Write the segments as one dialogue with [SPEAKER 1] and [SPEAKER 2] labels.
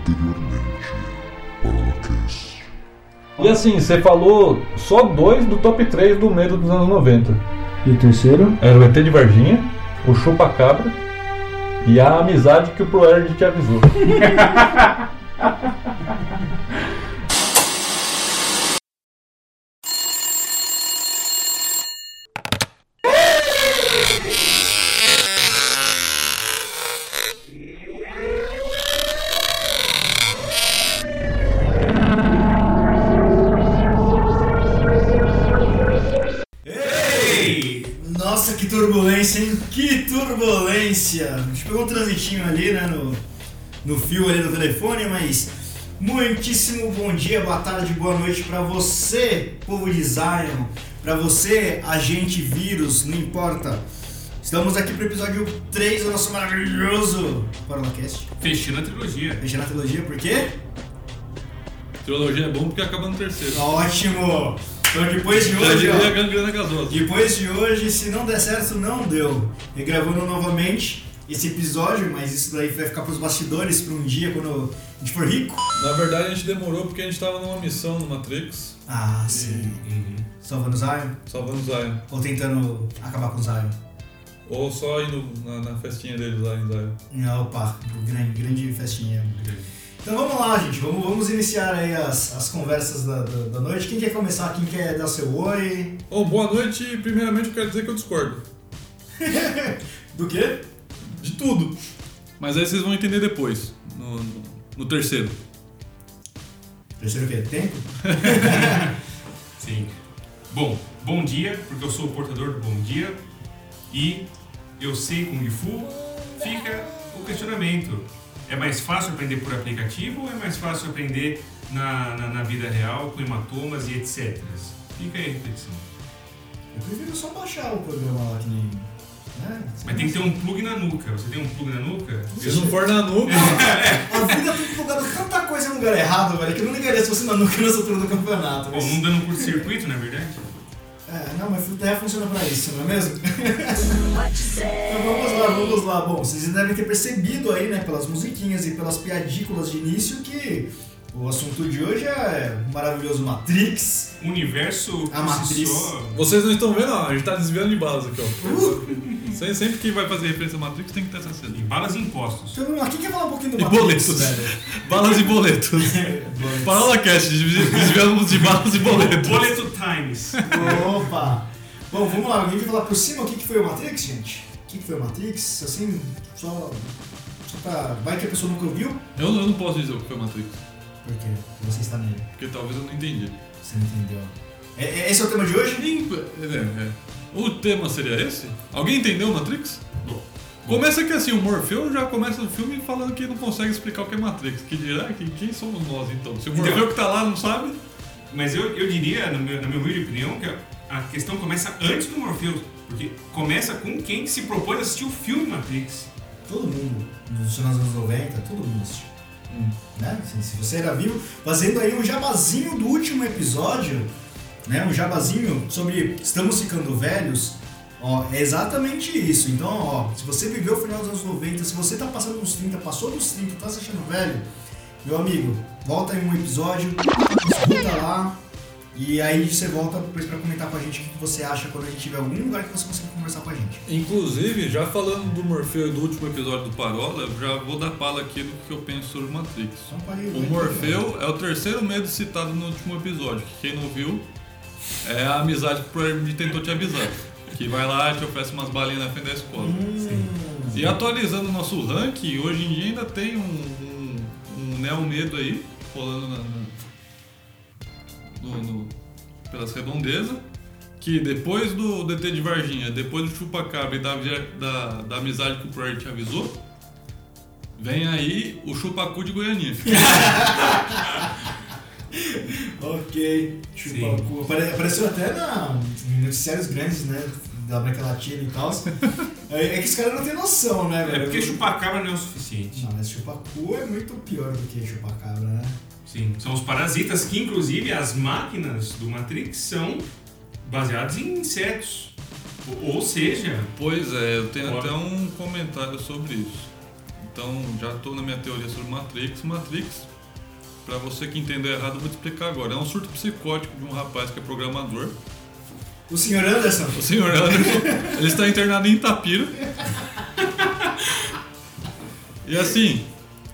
[SPEAKER 1] anteriormente para Cast.
[SPEAKER 2] E assim, você falou só dois do top 3 do medo dos anos 90.
[SPEAKER 3] E o terceiro?
[SPEAKER 2] Era o ET de Varginha, o Chupacabra e a amizade que o ProErd te avisou.
[SPEAKER 4] Ei! Nossa, que turbulência, hein? Que turbulência! A gente pegou um transitinho ali, né, no, no fio ali do telefone, mas muitíssimo bom dia, boa tarde, boa noite pra você, povo de Zion, pra você, agente vírus, não importa. Estamos aqui pro episódio 3 do nosso maravilhoso Parolacast.
[SPEAKER 5] Fechando a trilogia.
[SPEAKER 4] Fechando a trilogia, por quê?
[SPEAKER 5] Trilogia é bom porque acaba no terceiro.
[SPEAKER 4] Tá
[SPEAKER 5] é
[SPEAKER 4] Ótimo! Então depois de
[SPEAKER 5] Eu
[SPEAKER 4] hoje,
[SPEAKER 5] diria
[SPEAKER 4] ó,
[SPEAKER 5] gangrena gasosa.
[SPEAKER 4] Depois de hoje, se não der certo, não deu. Regravando novamente esse episódio, mas isso daí vai ficar pros bastidores pra um dia quando a gente for rico.
[SPEAKER 5] Na verdade a gente demorou porque a gente tava numa missão no Matrix.
[SPEAKER 4] Ah, sim.
[SPEAKER 6] Uhum,
[SPEAKER 4] Salvando Zion?
[SPEAKER 5] Salvando o Zion.
[SPEAKER 4] Ou tentando acabar com Zion?
[SPEAKER 5] Ou só indo na, na festinha deles lá em Zion.
[SPEAKER 4] Não, Ah, Opa, grande, grande festinha. Então vamos lá, gente. Vamos, vamos iniciar aí as, as conversas da, da, da noite. Quem quer começar? Quem quer dar seu oi?
[SPEAKER 5] Bom, boa noite. Primeiramente eu quero dizer que eu discordo.
[SPEAKER 4] Do quê?
[SPEAKER 5] De tudo. Mas aí vocês vão entender depois. No, no, no terceiro.
[SPEAKER 4] Terceiro o quê? Tempo?
[SPEAKER 6] Sim. Bom, bom dia, porque eu sou o portador do bom dia e eu sei Kung Fu. Fica o questionamento: é mais fácil aprender por aplicativo ou é mais fácil aprender na, na, na vida real, com hematomas e etc? Fica aí a reflexão.
[SPEAKER 4] Eu prefiro só baixar o programa lá que nem. Né?
[SPEAKER 6] Mas tem que ter um plug na nuca. Você tem um plug na nuca?
[SPEAKER 5] Se não for na nuca,
[SPEAKER 4] A vida tem empolgado tanta coisa no lugar errado, velho, que eu não ligaria se fosse na nuca nessa altura do campeonato.
[SPEAKER 6] Bom,
[SPEAKER 4] mas-
[SPEAKER 5] Uhum.
[SPEAKER 6] não dando curto-circuito, na verdade.
[SPEAKER 4] É, não, mas Terra funciona pra isso, não é mesmo? Então vamos lá, vamos lá. Bom, vocês devem ter percebido aí, né, pelas musiquinhas e pelas piadículas de início que o assunto de hoje é o maravilhoso Matrix.
[SPEAKER 6] O universo por
[SPEAKER 4] A matriz.
[SPEAKER 6] só.
[SPEAKER 5] vocês não estão vendo, não. A gente tá desviando de balas aqui, ó. Sem- Sempre que vai fazer referência ao Matrix tem que ter essa cena.
[SPEAKER 6] E balas e impostos.
[SPEAKER 4] Então vamos lá, quem quer falar um pouquinho do
[SPEAKER 5] E
[SPEAKER 4] Matrix,
[SPEAKER 5] boletos. né?
[SPEAKER 4] velho?
[SPEAKER 5] Balas e boletos. Parola cast, desviamos de balas e boletos.
[SPEAKER 6] Boleto Times.
[SPEAKER 4] Opa! Bom, vamos lá, alguém quer falar por cima o que, que foi o Matrix, gente? O que, que foi o Matrix? Assim, só. só pra... Vai que a pessoa nunca ouviu?
[SPEAKER 5] Eu, eu não posso dizer o que foi Matrix,
[SPEAKER 4] Por quê? Você está nele.
[SPEAKER 5] porque talvez eu não entendi.
[SPEAKER 4] Você não entendeu. É- é- esse é o tema de hoje?
[SPEAKER 5] Nem- é, é. O tema seria esse? Alguém entendeu Matrix? Começa que assim, o Morfeu já começa o filme falando que não consegue explicar o que é Matrix. Que dirá que quem somos nós então? Se o Morfeu
[SPEAKER 6] Então.
[SPEAKER 5] que tá lá não sabe,
[SPEAKER 6] Mas eu, eu diria, na minha, na minha humilde opinião, que a- a questão começa antes do Morpheus. Porque começa com quem se propôs a assistir o filme Matrix.
[SPEAKER 4] Todo mundo, nos anos 90, todo mundo assistiu. Né? Assim, se você era vivo, fazendo aí um jabazinho do último episódio, né? um jabazinho sobre estamos ficando velhos. Ó, é exatamente isso. Então, ó, se você viveu o final dos anos 90, se você tá passando dos 30, passou dos 30, tá se achando velho, meu amigo, volta em um episódio, escuta lá, e aí você volta depois pra comentar com a gente o que você acha quando a gente tiver algum lugar que você consiga conversar com a gente.
[SPEAKER 5] Inclusive, já falando do Morfeu e do último episódio do Parola, eu já vou dar pala aqui no que eu penso sobre Matrix.
[SPEAKER 4] Então, pode
[SPEAKER 5] O Morfeu é o terceiro medo citado no último episódio, que quem não viu é a amizade que o Proerd tentou te avisar. Que vai lá e te oferece umas balinhas na frente da escola. E atualizando o nosso ranking, hoje em dia ainda tem um, um, um Neo Medo aí, rolando na- na- no- no- pelas redondezas. Que depois do DT de Varginha, depois do Chupacabra e da, vi- da, da amizade que o Proerd te avisou, vem aí o Chupacu de Goianinha.
[SPEAKER 4] Ok, chupa o cu. Apare- Apareceu até na em noticiários grandes, né? Da América Latina e tal. É é que os caras não têm noção, né,
[SPEAKER 6] É
[SPEAKER 4] velho?
[SPEAKER 6] porque chupacabra não é o suficiente.
[SPEAKER 4] Não, mas chupacu é muito pior do que chupacabra, né?
[SPEAKER 6] Sim. São os parasitas que, inclusive, as máquinas do Matrix são baseadas em insetos. Ou- Ou seja,
[SPEAKER 5] Pois é, eu tenho
[SPEAKER 6] Olha.
[SPEAKER 5] até um comentário sobre isso. Então já estou na minha teoria sobre Matrix. Matrix, para você que entendeu errado, eu vou te explicar agora. É um surto psicótico de um rapaz que é programador.
[SPEAKER 4] O senhor Anderson.
[SPEAKER 5] O senhor Anderson, ele está internado em Itapira. E assim,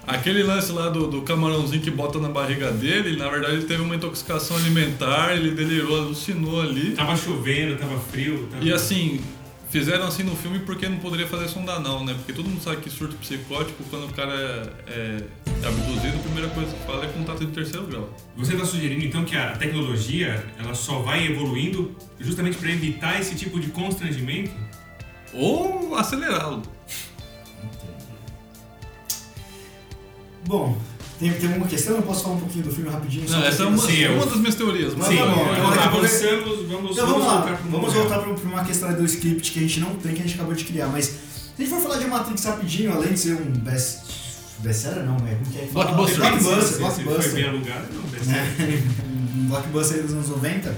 [SPEAKER 5] aquele lance lá do, do camarãozinho que bota na barriga dele, na verdade ele teve uma intoxicação alimentar, ele delirou, alucinou ali.
[SPEAKER 6] Tava chovendo, tava frio. Tava...
[SPEAKER 5] E assim, fizeram assim no filme porque não poderia fazer som danal, né? Porque todo mundo sabe que surto psicótico, quando o cara é, é abduzido, a primeira coisa que fala é contato de terceiro grau.
[SPEAKER 6] Você está sugerindo então que a tecnologia ela só vai evoluindo justamente para evitar esse tipo de constrangimento?
[SPEAKER 5] Ou acelerá-lo.
[SPEAKER 4] Bom, tem, tem alguma questão? Eu posso falar um pouquinho do filme rapidinho?
[SPEAKER 5] Não,
[SPEAKER 4] Só um
[SPEAKER 5] essa é
[SPEAKER 4] pra-
[SPEAKER 5] uma,
[SPEAKER 6] Sim, eu-
[SPEAKER 5] uma das minhas teorias, mas
[SPEAKER 4] Sim,
[SPEAKER 5] tá bom.
[SPEAKER 4] eu-
[SPEAKER 6] Então, avançamos, vamos,
[SPEAKER 4] Então vamos lá,
[SPEAKER 6] voltar pro
[SPEAKER 4] vamos
[SPEAKER 6] um lugar.
[SPEAKER 4] voltar para uma questão do script que a gente não tem, que a gente acabou de criar, mas se a gente for falar de Matrix rapidinho, além de ser um best... best-seller não, é como que é? que fala?
[SPEAKER 5] Blockbuster.
[SPEAKER 4] Blockbuster,
[SPEAKER 6] Se- se- se Foi bem
[SPEAKER 4] blockbuster.
[SPEAKER 6] alugado, não, deve ser.
[SPEAKER 4] Né? Um blockbuster aí dos anos 90,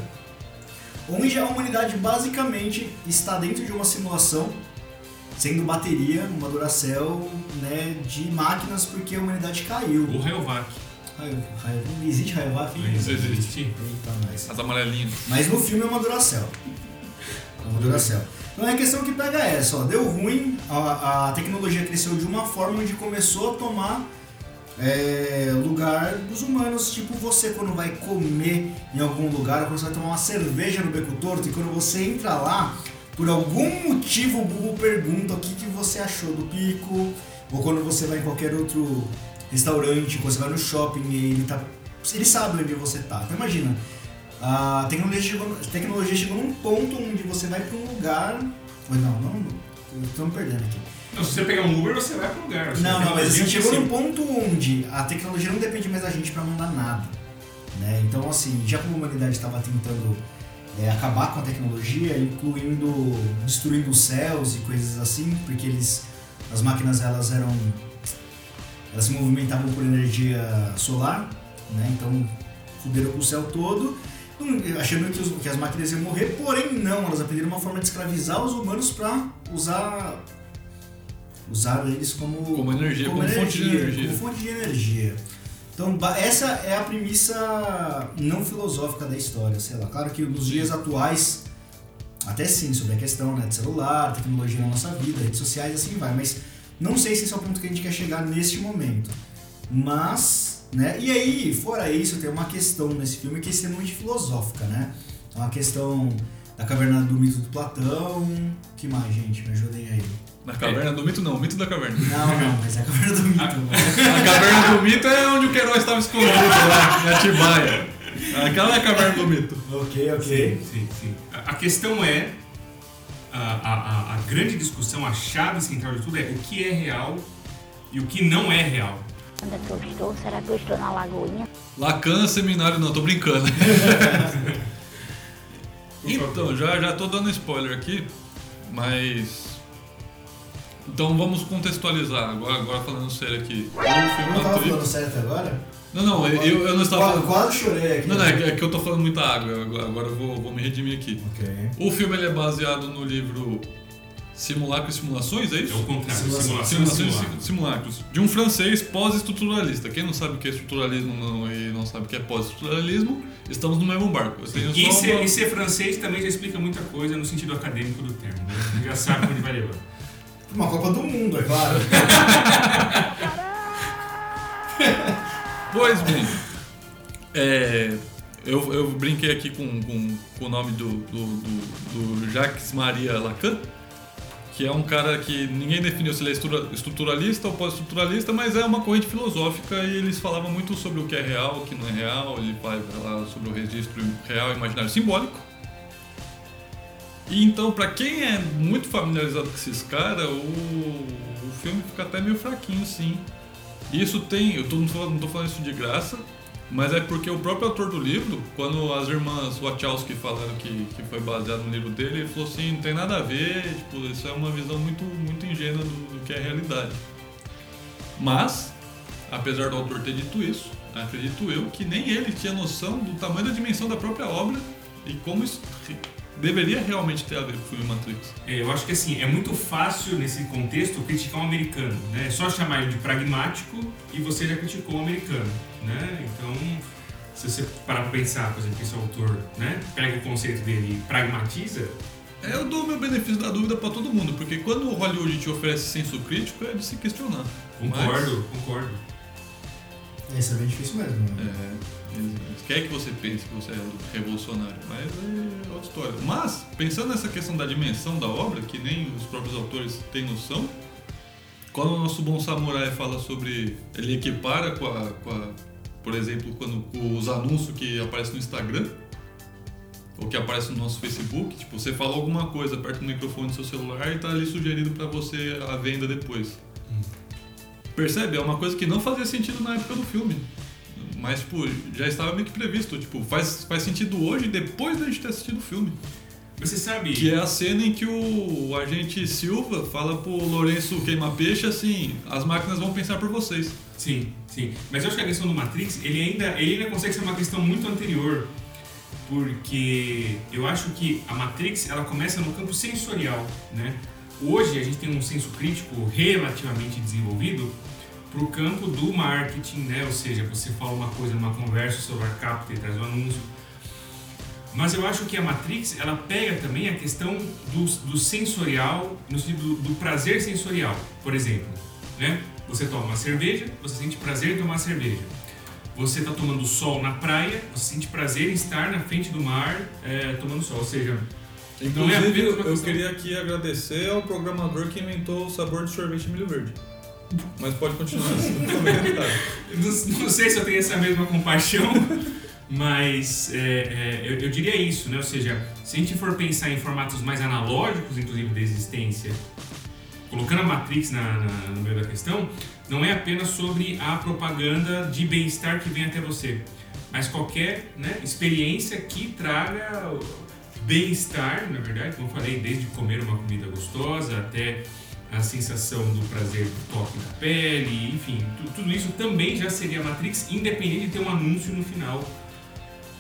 [SPEAKER 4] onde a humanidade basicamente está dentro de uma simulação, sendo bateria, uma Duracell, né, de máquinas, porque a humanidade caiu.
[SPEAKER 6] O Rayovac.
[SPEAKER 4] Raio, raio, existe Raiovac?
[SPEAKER 5] Existe.
[SPEAKER 4] Eita, nós.
[SPEAKER 5] As amarelinhas.
[SPEAKER 4] Mas no filme é uma Duracell. É uma Duracell. Então a questão que pega é essa, ó, deu ruim, a, a tecnologia cresceu de uma forma onde começou a tomar é, lugar dos humanos, tipo você quando vai comer em algum lugar, quando você vai tomar uma cerveja no Beco Torto, e quando você entra lá, por algum motivo o Google pergunta o que, que você achou do pico, ou quando você vai em qualquer outro restaurante, quando você vai no shopping e ele tá. Ele sabe onde você tá. Então imagina, a tecnologia chegou, a tecnologia chegou num ponto onde você vai pra um lugar. Ou não, não, estamos perdendo aqui.
[SPEAKER 6] Não, se você pegar um Uber, você vai pro lugar. Você
[SPEAKER 4] Não,
[SPEAKER 6] vai
[SPEAKER 4] não, mas assim,
[SPEAKER 6] pra
[SPEAKER 4] chegou
[SPEAKER 6] assim.
[SPEAKER 4] num ponto onde a tecnologia não depende mais da gente pra mandar nada. Né? Então, assim, já como a humanidade estava tentando é, acabar com a tecnologia, incluindo destruindo os céus e coisas assim, porque eles, as máquinas elas eram, elas se movimentavam por energia solar, né? Então, fuderam com o céu todo. Hum, achando que, os- que as máquinas iam morrer, porém não, elas aprenderam uma forma de escravizar os humanos pra usar usar eles como
[SPEAKER 5] Como energia, como fonte de energia.
[SPEAKER 4] como fonte de energia. Então, ba- essa é a premissa não filosófica da história, sei lá. Claro que nos dias atuais, até sim, sobre a questão né, de celular, tecnologia na nossa vida, redes sociais, assim vai. Mas não sei se esse é o ponto que a gente quer chegar neste momento. Mas, né? E aí, fora isso, tem uma questão nesse filme que é extremamente filosófica, né? É uma questão da caverna do mito do Platão. que mais, gente? Me ajudem aí.
[SPEAKER 5] Na caverna do mito, não, mito da caverna.
[SPEAKER 4] Não, não, mas é a caverna do mito. mano.
[SPEAKER 5] A caverna do mito é onde o Queiroz estava escondido lá, em Atibaia. Aquela é a caverna do mito.
[SPEAKER 4] ok, ok.
[SPEAKER 6] Sim, sim, sim. né? A a questão é, a, a, a- a grande discussão, a chave central de tudo é o que é real e o que não é real.
[SPEAKER 3] Onde é que eu estou? Será que eu estou na Lagoinha?
[SPEAKER 5] Lacan, seminário, não, tô brincando. então, já, já tô dando spoiler aqui, mas. Então vamos contextualizar, agora, agora falando sério aqui. O
[SPEAKER 4] Eu
[SPEAKER 5] filme
[SPEAKER 4] não tava falando
[SPEAKER 5] Matrix-
[SPEAKER 4] sério até agora?
[SPEAKER 5] Não, não, eu, eu não estava
[SPEAKER 4] Quase-
[SPEAKER 5] falando.
[SPEAKER 4] Quase chorei aqui.
[SPEAKER 5] Não, não, é que- é que eu tô falando muita água, agora, agora eu vou, vou me redimir aqui.
[SPEAKER 4] Ok.
[SPEAKER 5] O filme ele é baseado no livro Simulacro e Simulações, é
[SPEAKER 6] É o
[SPEAKER 5] isso?
[SPEAKER 6] contrário,
[SPEAKER 4] Simulação.
[SPEAKER 6] simulação,
[SPEAKER 5] Simulações e
[SPEAKER 6] simulação.
[SPEAKER 5] Sim- Simulacros. De um francês pós-estruturalista. Quem não sabe o que é estruturalismo não, e não sabe o que é pós-estruturalismo, estamos no mesmo barco. Eu tenho
[SPEAKER 6] E é
[SPEAKER 5] só
[SPEAKER 6] ser,
[SPEAKER 5] uma-
[SPEAKER 6] e ser francês também já explica muita coisa no sentido acadêmico do termo, né? Já sabe onde vai levar.
[SPEAKER 4] Uma Copa do Mundo, é claro.
[SPEAKER 5] Pois bem, é, eu, eu brinquei aqui com, com- com o nome do, do, do- do Jacques Maria Lacan, que é um cara que ninguém definiu se ele é estrutura- estruturalista ou pós-estruturalista, mas é uma corrente filosófica e eles falavam muito sobre o que é real, o que não é real, ele vai falar sobre o registro real, imaginário simbólico. E então, pra quem é muito familiarizado com esses caras, o, o filme fica até meio fraquinho, sim. Isso tem, eu tô, não, tô, não tô falando isso de graça, mas é porque o próprio autor do livro, quando as irmãs Wachowski falaram que, que foi baseado no livro dele, ele falou assim, não tem nada a ver, tipo, isso é uma visão muito, muito ingênua do, do que é a realidade. Mas, apesar do autor ter dito isso, acredito eu que nem ele tinha noção do tamanho da dimensão da própria obra e como isso deveria realmente ter a ver com o filme Matrix.
[SPEAKER 6] É, eu acho que assim, é muito fácil nesse contexto criticar um americano, né? É só chamar ele de pragmático e você já criticou o americano, né? Então, se você parar pra pensar, por exemplo, que esse autor, né, pega o conceito dele e pragmatiza,
[SPEAKER 5] É, Eu dou meu benefício da dúvida pra todo mundo, porque quando o Hollywood te oferece senso crítico é de se questionar.
[SPEAKER 6] concordo, concordo.
[SPEAKER 4] Isso é bem difícil mesmo.
[SPEAKER 5] Mas,
[SPEAKER 4] né?
[SPEAKER 5] é, eles querem que você pense que você é revolucionário, mas é outra história. Mas, pensando nessa questão da dimensão da obra, que nem os próprios autores têm noção, quando o nosso bom samurai fala sobre. Ele equipara com a. com a- por exemplo, quando, com os anúncios que aparecem no Instagram, ou que aparecem no nosso Facebook. Tipo, você fala alguma coisa, aperta o microfone do seu celular e tá ali sugerido pra você a venda depois. Percebe? É uma coisa que não fazia sentido na época do filme. Mas, tipo, já estava meio que previsto. Tipo, faz, faz sentido hoje, depois da gente ter assistido o filme.
[SPEAKER 6] Mas Você sabe,
[SPEAKER 5] Que é a cena em que o agente Silva fala pro Lourenço queima-peixe assim: as máquinas vão pensar por vocês.
[SPEAKER 6] Sim, sim. Mas eu acho que a questão do Matrix, ele ainda, ele ainda consegue ser uma questão muito anterior. Porque eu acho que a Matrix, ela começa no campo sensorial, né? Hoje a gente tem um senso crítico relativamente desenvolvido pro campo do marketing, né? Ou seja, você fala uma coisa numa conversa, o celular capta e traz o anúncio. Mas eu acho que a Matrix, ela pega também a questão do, do sensorial, no sentido do, do prazer sensorial. Por exemplo, né? Você toma uma cerveja, você sente prazer em tomar cerveja. Você está tomando sol na praia, você sente prazer em estar na frente do mar é, tomando sol. Ou seja, não
[SPEAKER 5] Inclusive,
[SPEAKER 6] é apenas uma
[SPEAKER 5] eu
[SPEAKER 6] questão-
[SPEAKER 5] queria aqui agradecer ao programador que inventou o sabor de sorvete milho verde. Mas pode continuar. assim,
[SPEAKER 6] não, não sei se eu tenho essa mesma compaixão, mas é, é, eu, eu diria isso, né? Ou seja, se a gente for pensar em formatos mais analógicos, inclusive da existência, colocando a Matrix na, na- no meio da questão, não é apenas sobre a propaganda de bem-estar que vem até você, mas qualquer né, experiência que traga o bem-estar, na verdade, como eu falei, desde comer uma comida gostosa até a sensação do prazer do toque da pele, enfim, tu- tudo isso também já seria Matrix, independente de ter um anúncio no final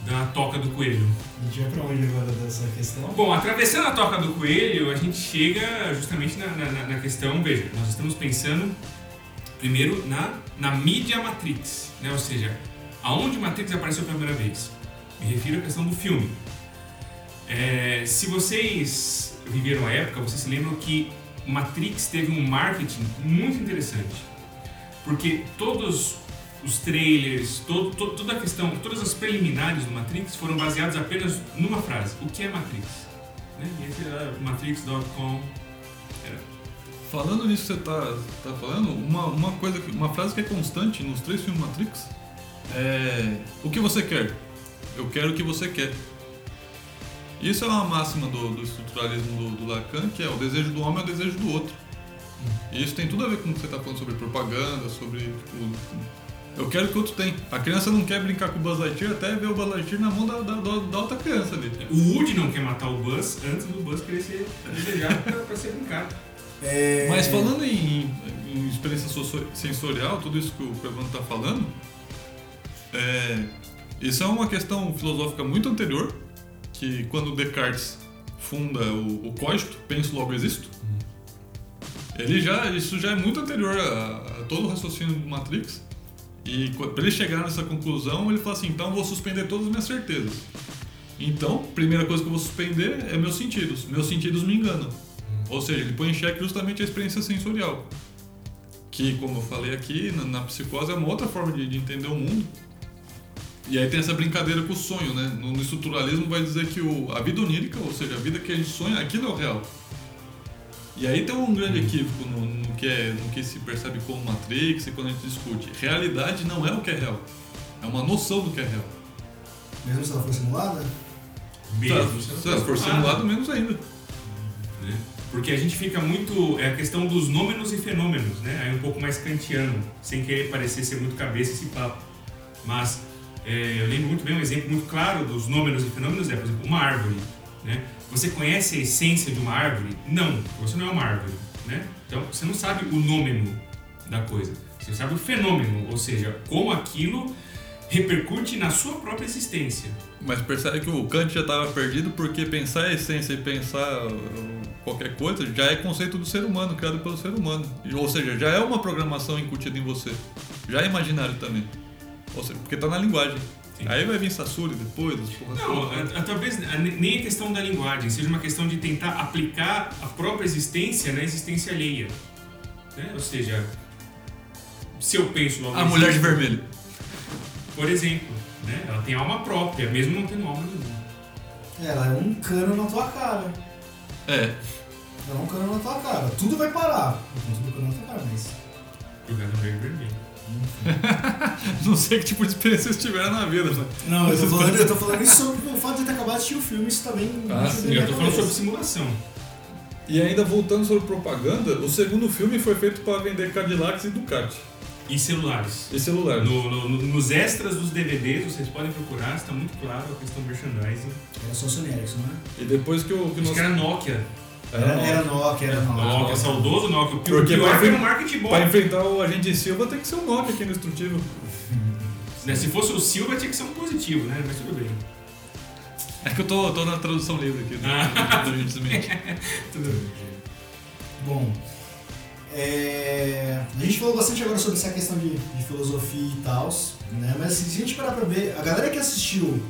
[SPEAKER 6] da toca do coelho.
[SPEAKER 5] É.
[SPEAKER 4] A gente vai pra onde agora dessa questão?
[SPEAKER 6] Bom, atravessando a toca do coelho, a gente chega justamente na, na- na- na questão, veja, nós estamos pensando primeiro na, na mídia Matrix, né? ou seja, aonde Matrix apareceu pela primeira vez. Me refiro à questão do filme. É, se vocês viveram a época, vocês se lembram que Matrix teve um marketing muito interessante. Porque todos os trailers, todo, to- toda a questão, todas as preliminares do Matrix foram baseadas apenas numa frase: O que é Matrix? Né? E esse era Matrix.com.
[SPEAKER 5] Falando nisso que você tá, tá falando, uma, uma coisa, que- uma frase que é constante nos três filmes Matrix é o que você quer? Eu quero o que você quer. Isso é uma máxima do, do estruturalismo do, do Lacan, que é o desejo do homem é o desejo do outro. E isso tem tudo a ver com o que você está falando sobre propaganda, sobre tipo, eu quero que o outro tem. A criança não quer brincar com o Buzz Lightyear até ver o Buzz Lightyear na mão da, da, da- da outra criança ali.
[SPEAKER 6] O Woody não quer matar o Buzz antes do Buzz querer ser desejado pra, pra ser brincado.
[SPEAKER 4] É...
[SPEAKER 5] Mas falando em, em experiência socio- sensorial, tudo isso que o Fernando tá falando, é, isso é uma questão filosófica muito anterior, que quando Descartes funda o, o código, penso logo existo, ele já, isso já é muito anterior a, a todo o raciocínio do Matrix. E para ele chegar nessa conclusão, ele fala assim, então eu vou suspender todas as minhas certezas. Então, primeira coisa que eu vou suspender é meus sentidos. Meus sentidos me enganam. Ou seja, ele põe em xeque justamente a experiência sensorial. Que, como eu falei aqui, na, na psicose é uma outra forma de, de entender o mundo. E aí tem essa brincadeira com o sonho, né? No, no estruturalismo vai dizer que o, a vida onírica, ou seja, a vida que a gente sonha, aquilo é o real. E aí tem um grande equívoco no, no que é, no que se percebe como Matrix e quando a gente discute. Realidade não é o que é real. É uma noção do que é real.
[SPEAKER 4] Mesmo se ela for simulada?
[SPEAKER 6] Mesmo. Ah.
[SPEAKER 5] se se ela for simulado, um menos ainda.
[SPEAKER 6] né? Porque a gente fica muito. É a questão dos números e fenômenos, né? Aí um pouco mais kantiano, sem querer parecer ser muito cabeça esse papo. Mas é, eu lembro muito bem um exemplo muito claro dos números e fenômenos é, por exemplo, uma árvore. Né? Você conhece a essência de uma árvore? Não, você não é uma árvore. Né? Então você não sabe o nômeno da coisa, você sabe o fenômeno, ou seja, como aquilo repercute na sua própria existência.
[SPEAKER 5] Mas percebe que o Kant já estava perdido porque pensar a essência e pensar uh, qualquer coisa já é conceito do ser humano, criado pelo ser humano. E, Ou seja, já é uma programação incutida em você. Já é imaginário também. Ou seja, porque tá na linguagem.
[SPEAKER 6] Sim.
[SPEAKER 5] Aí vai vir Sassuri depois, as porras
[SPEAKER 6] Não,
[SPEAKER 5] todas.
[SPEAKER 6] a- a- talvez a- nem a questão da linguagem, seja uma questão de tentar aplicar a própria existência na existência alheia. Né? Ou seja, se eu penso numa
[SPEAKER 5] A mulher de
[SPEAKER 6] existência-
[SPEAKER 5] vermelho.
[SPEAKER 6] por exemplo, né? ela tem alma própria, mesmo não tendo alma nenhuma.
[SPEAKER 4] Ela é um cano na tua cara.
[SPEAKER 5] É,
[SPEAKER 4] Ela é um cano na tua cara. Tudo vai parar. Não tudo cano na tua cara, mas.
[SPEAKER 6] Jogada verde e vermelho.
[SPEAKER 5] não sei que tipo de experiência vocês tiveram na vida, mas...
[SPEAKER 4] Não, eu tô falando, eu tô falando isso sobre o fato de ter acabado de assistir o filme, isso também.
[SPEAKER 5] Ah,
[SPEAKER 4] não
[SPEAKER 5] sim,
[SPEAKER 4] tem
[SPEAKER 6] Eu
[SPEAKER 4] na
[SPEAKER 6] tô
[SPEAKER 4] minha
[SPEAKER 6] falando sobre
[SPEAKER 4] cabeça.
[SPEAKER 6] simulação.
[SPEAKER 5] E ainda voltando sobre propaganda, o segundo filme foi feito para vender Cadillacs e Ducati
[SPEAKER 6] E celulares.
[SPEAKER 5] e celulares.
[SPEAKER 6] No- no- no- nos extras dos DVDs, vocês podem procurar, está muito claro a questão do merchandising.
[SPEAKER 4] Era só Sony Ericsson, né?
[SPEAKER 5] E depois que o É, que
[SPEAKER 6] Acho
[SPEAKER 5] nós
[SPEAKER 6] que era Nokia.
[SPEAKER 4] Era, era Nokia, era Nokia.
[SPEAKER 6] Nokia, saudoso Nokia. O pior,
[SPEAKER 5] Porque
[SPEAKER 6] pior
[SPEAKER 5] vai-
[SPEAKER 6] foi no marketing bom.
[SPEAKER 5] Pra enfrentar o agente Silva tem que ser um Nokia aqui no instrutivo.
[SPEAKER 6] Né, Se fosse o Silva, tinha que ser um positivo, né? Mas tudo bem.
[SPEAKER 5] É que eu tô, tô na tradução livre aqui né? do, do Agente Smith.
[SPEAKER 6] Tudo bem.
[SPEAKER 4] Bom, é, a gente falou bastante agora sobre essa questão de, de filosofia e tal, né? mas se a gente parar pra ver, a galera que assistiu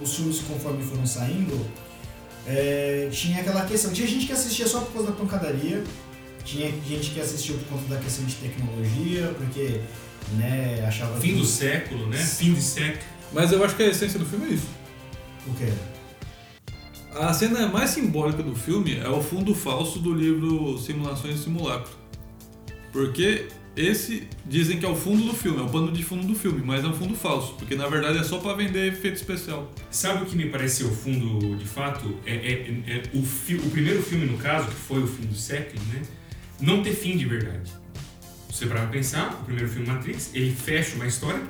[SPEAKER 4] os filmes conforme foram saindo, é, tinha aquela questão, tinha gente que assistia só por causa da pancadaria, tinha gente que assistiu por conta da questão de tecnologia, porque né, achava
[SPEAKER 6] Fim
[SPEAKER 4] que-
[SPEAKER 6] do século, né? Fim de século.
[SPEAKER 5] Mas eu acho que a essência do filme é isso.
[SPEAKER 4] o quê?
[SPEAKER 5] A cena mais simbólica do filme é o fundo falso do livro Simulações e Simulacro. Porque esse dizem que é o fundo do filme, é o pano de fundo do filme, mas é um fundo falso, porque na verdade é só pra vender efeito especial.
[SPEAKER 6] Sabe o que me parece o fundo de fato? É, é- é o, fi- o primeiro filme, no caso, que foi o fim do século, né? Não ter fim de verdade. Você para pensar, o primeiro filme Matrix, ele fecha uma história,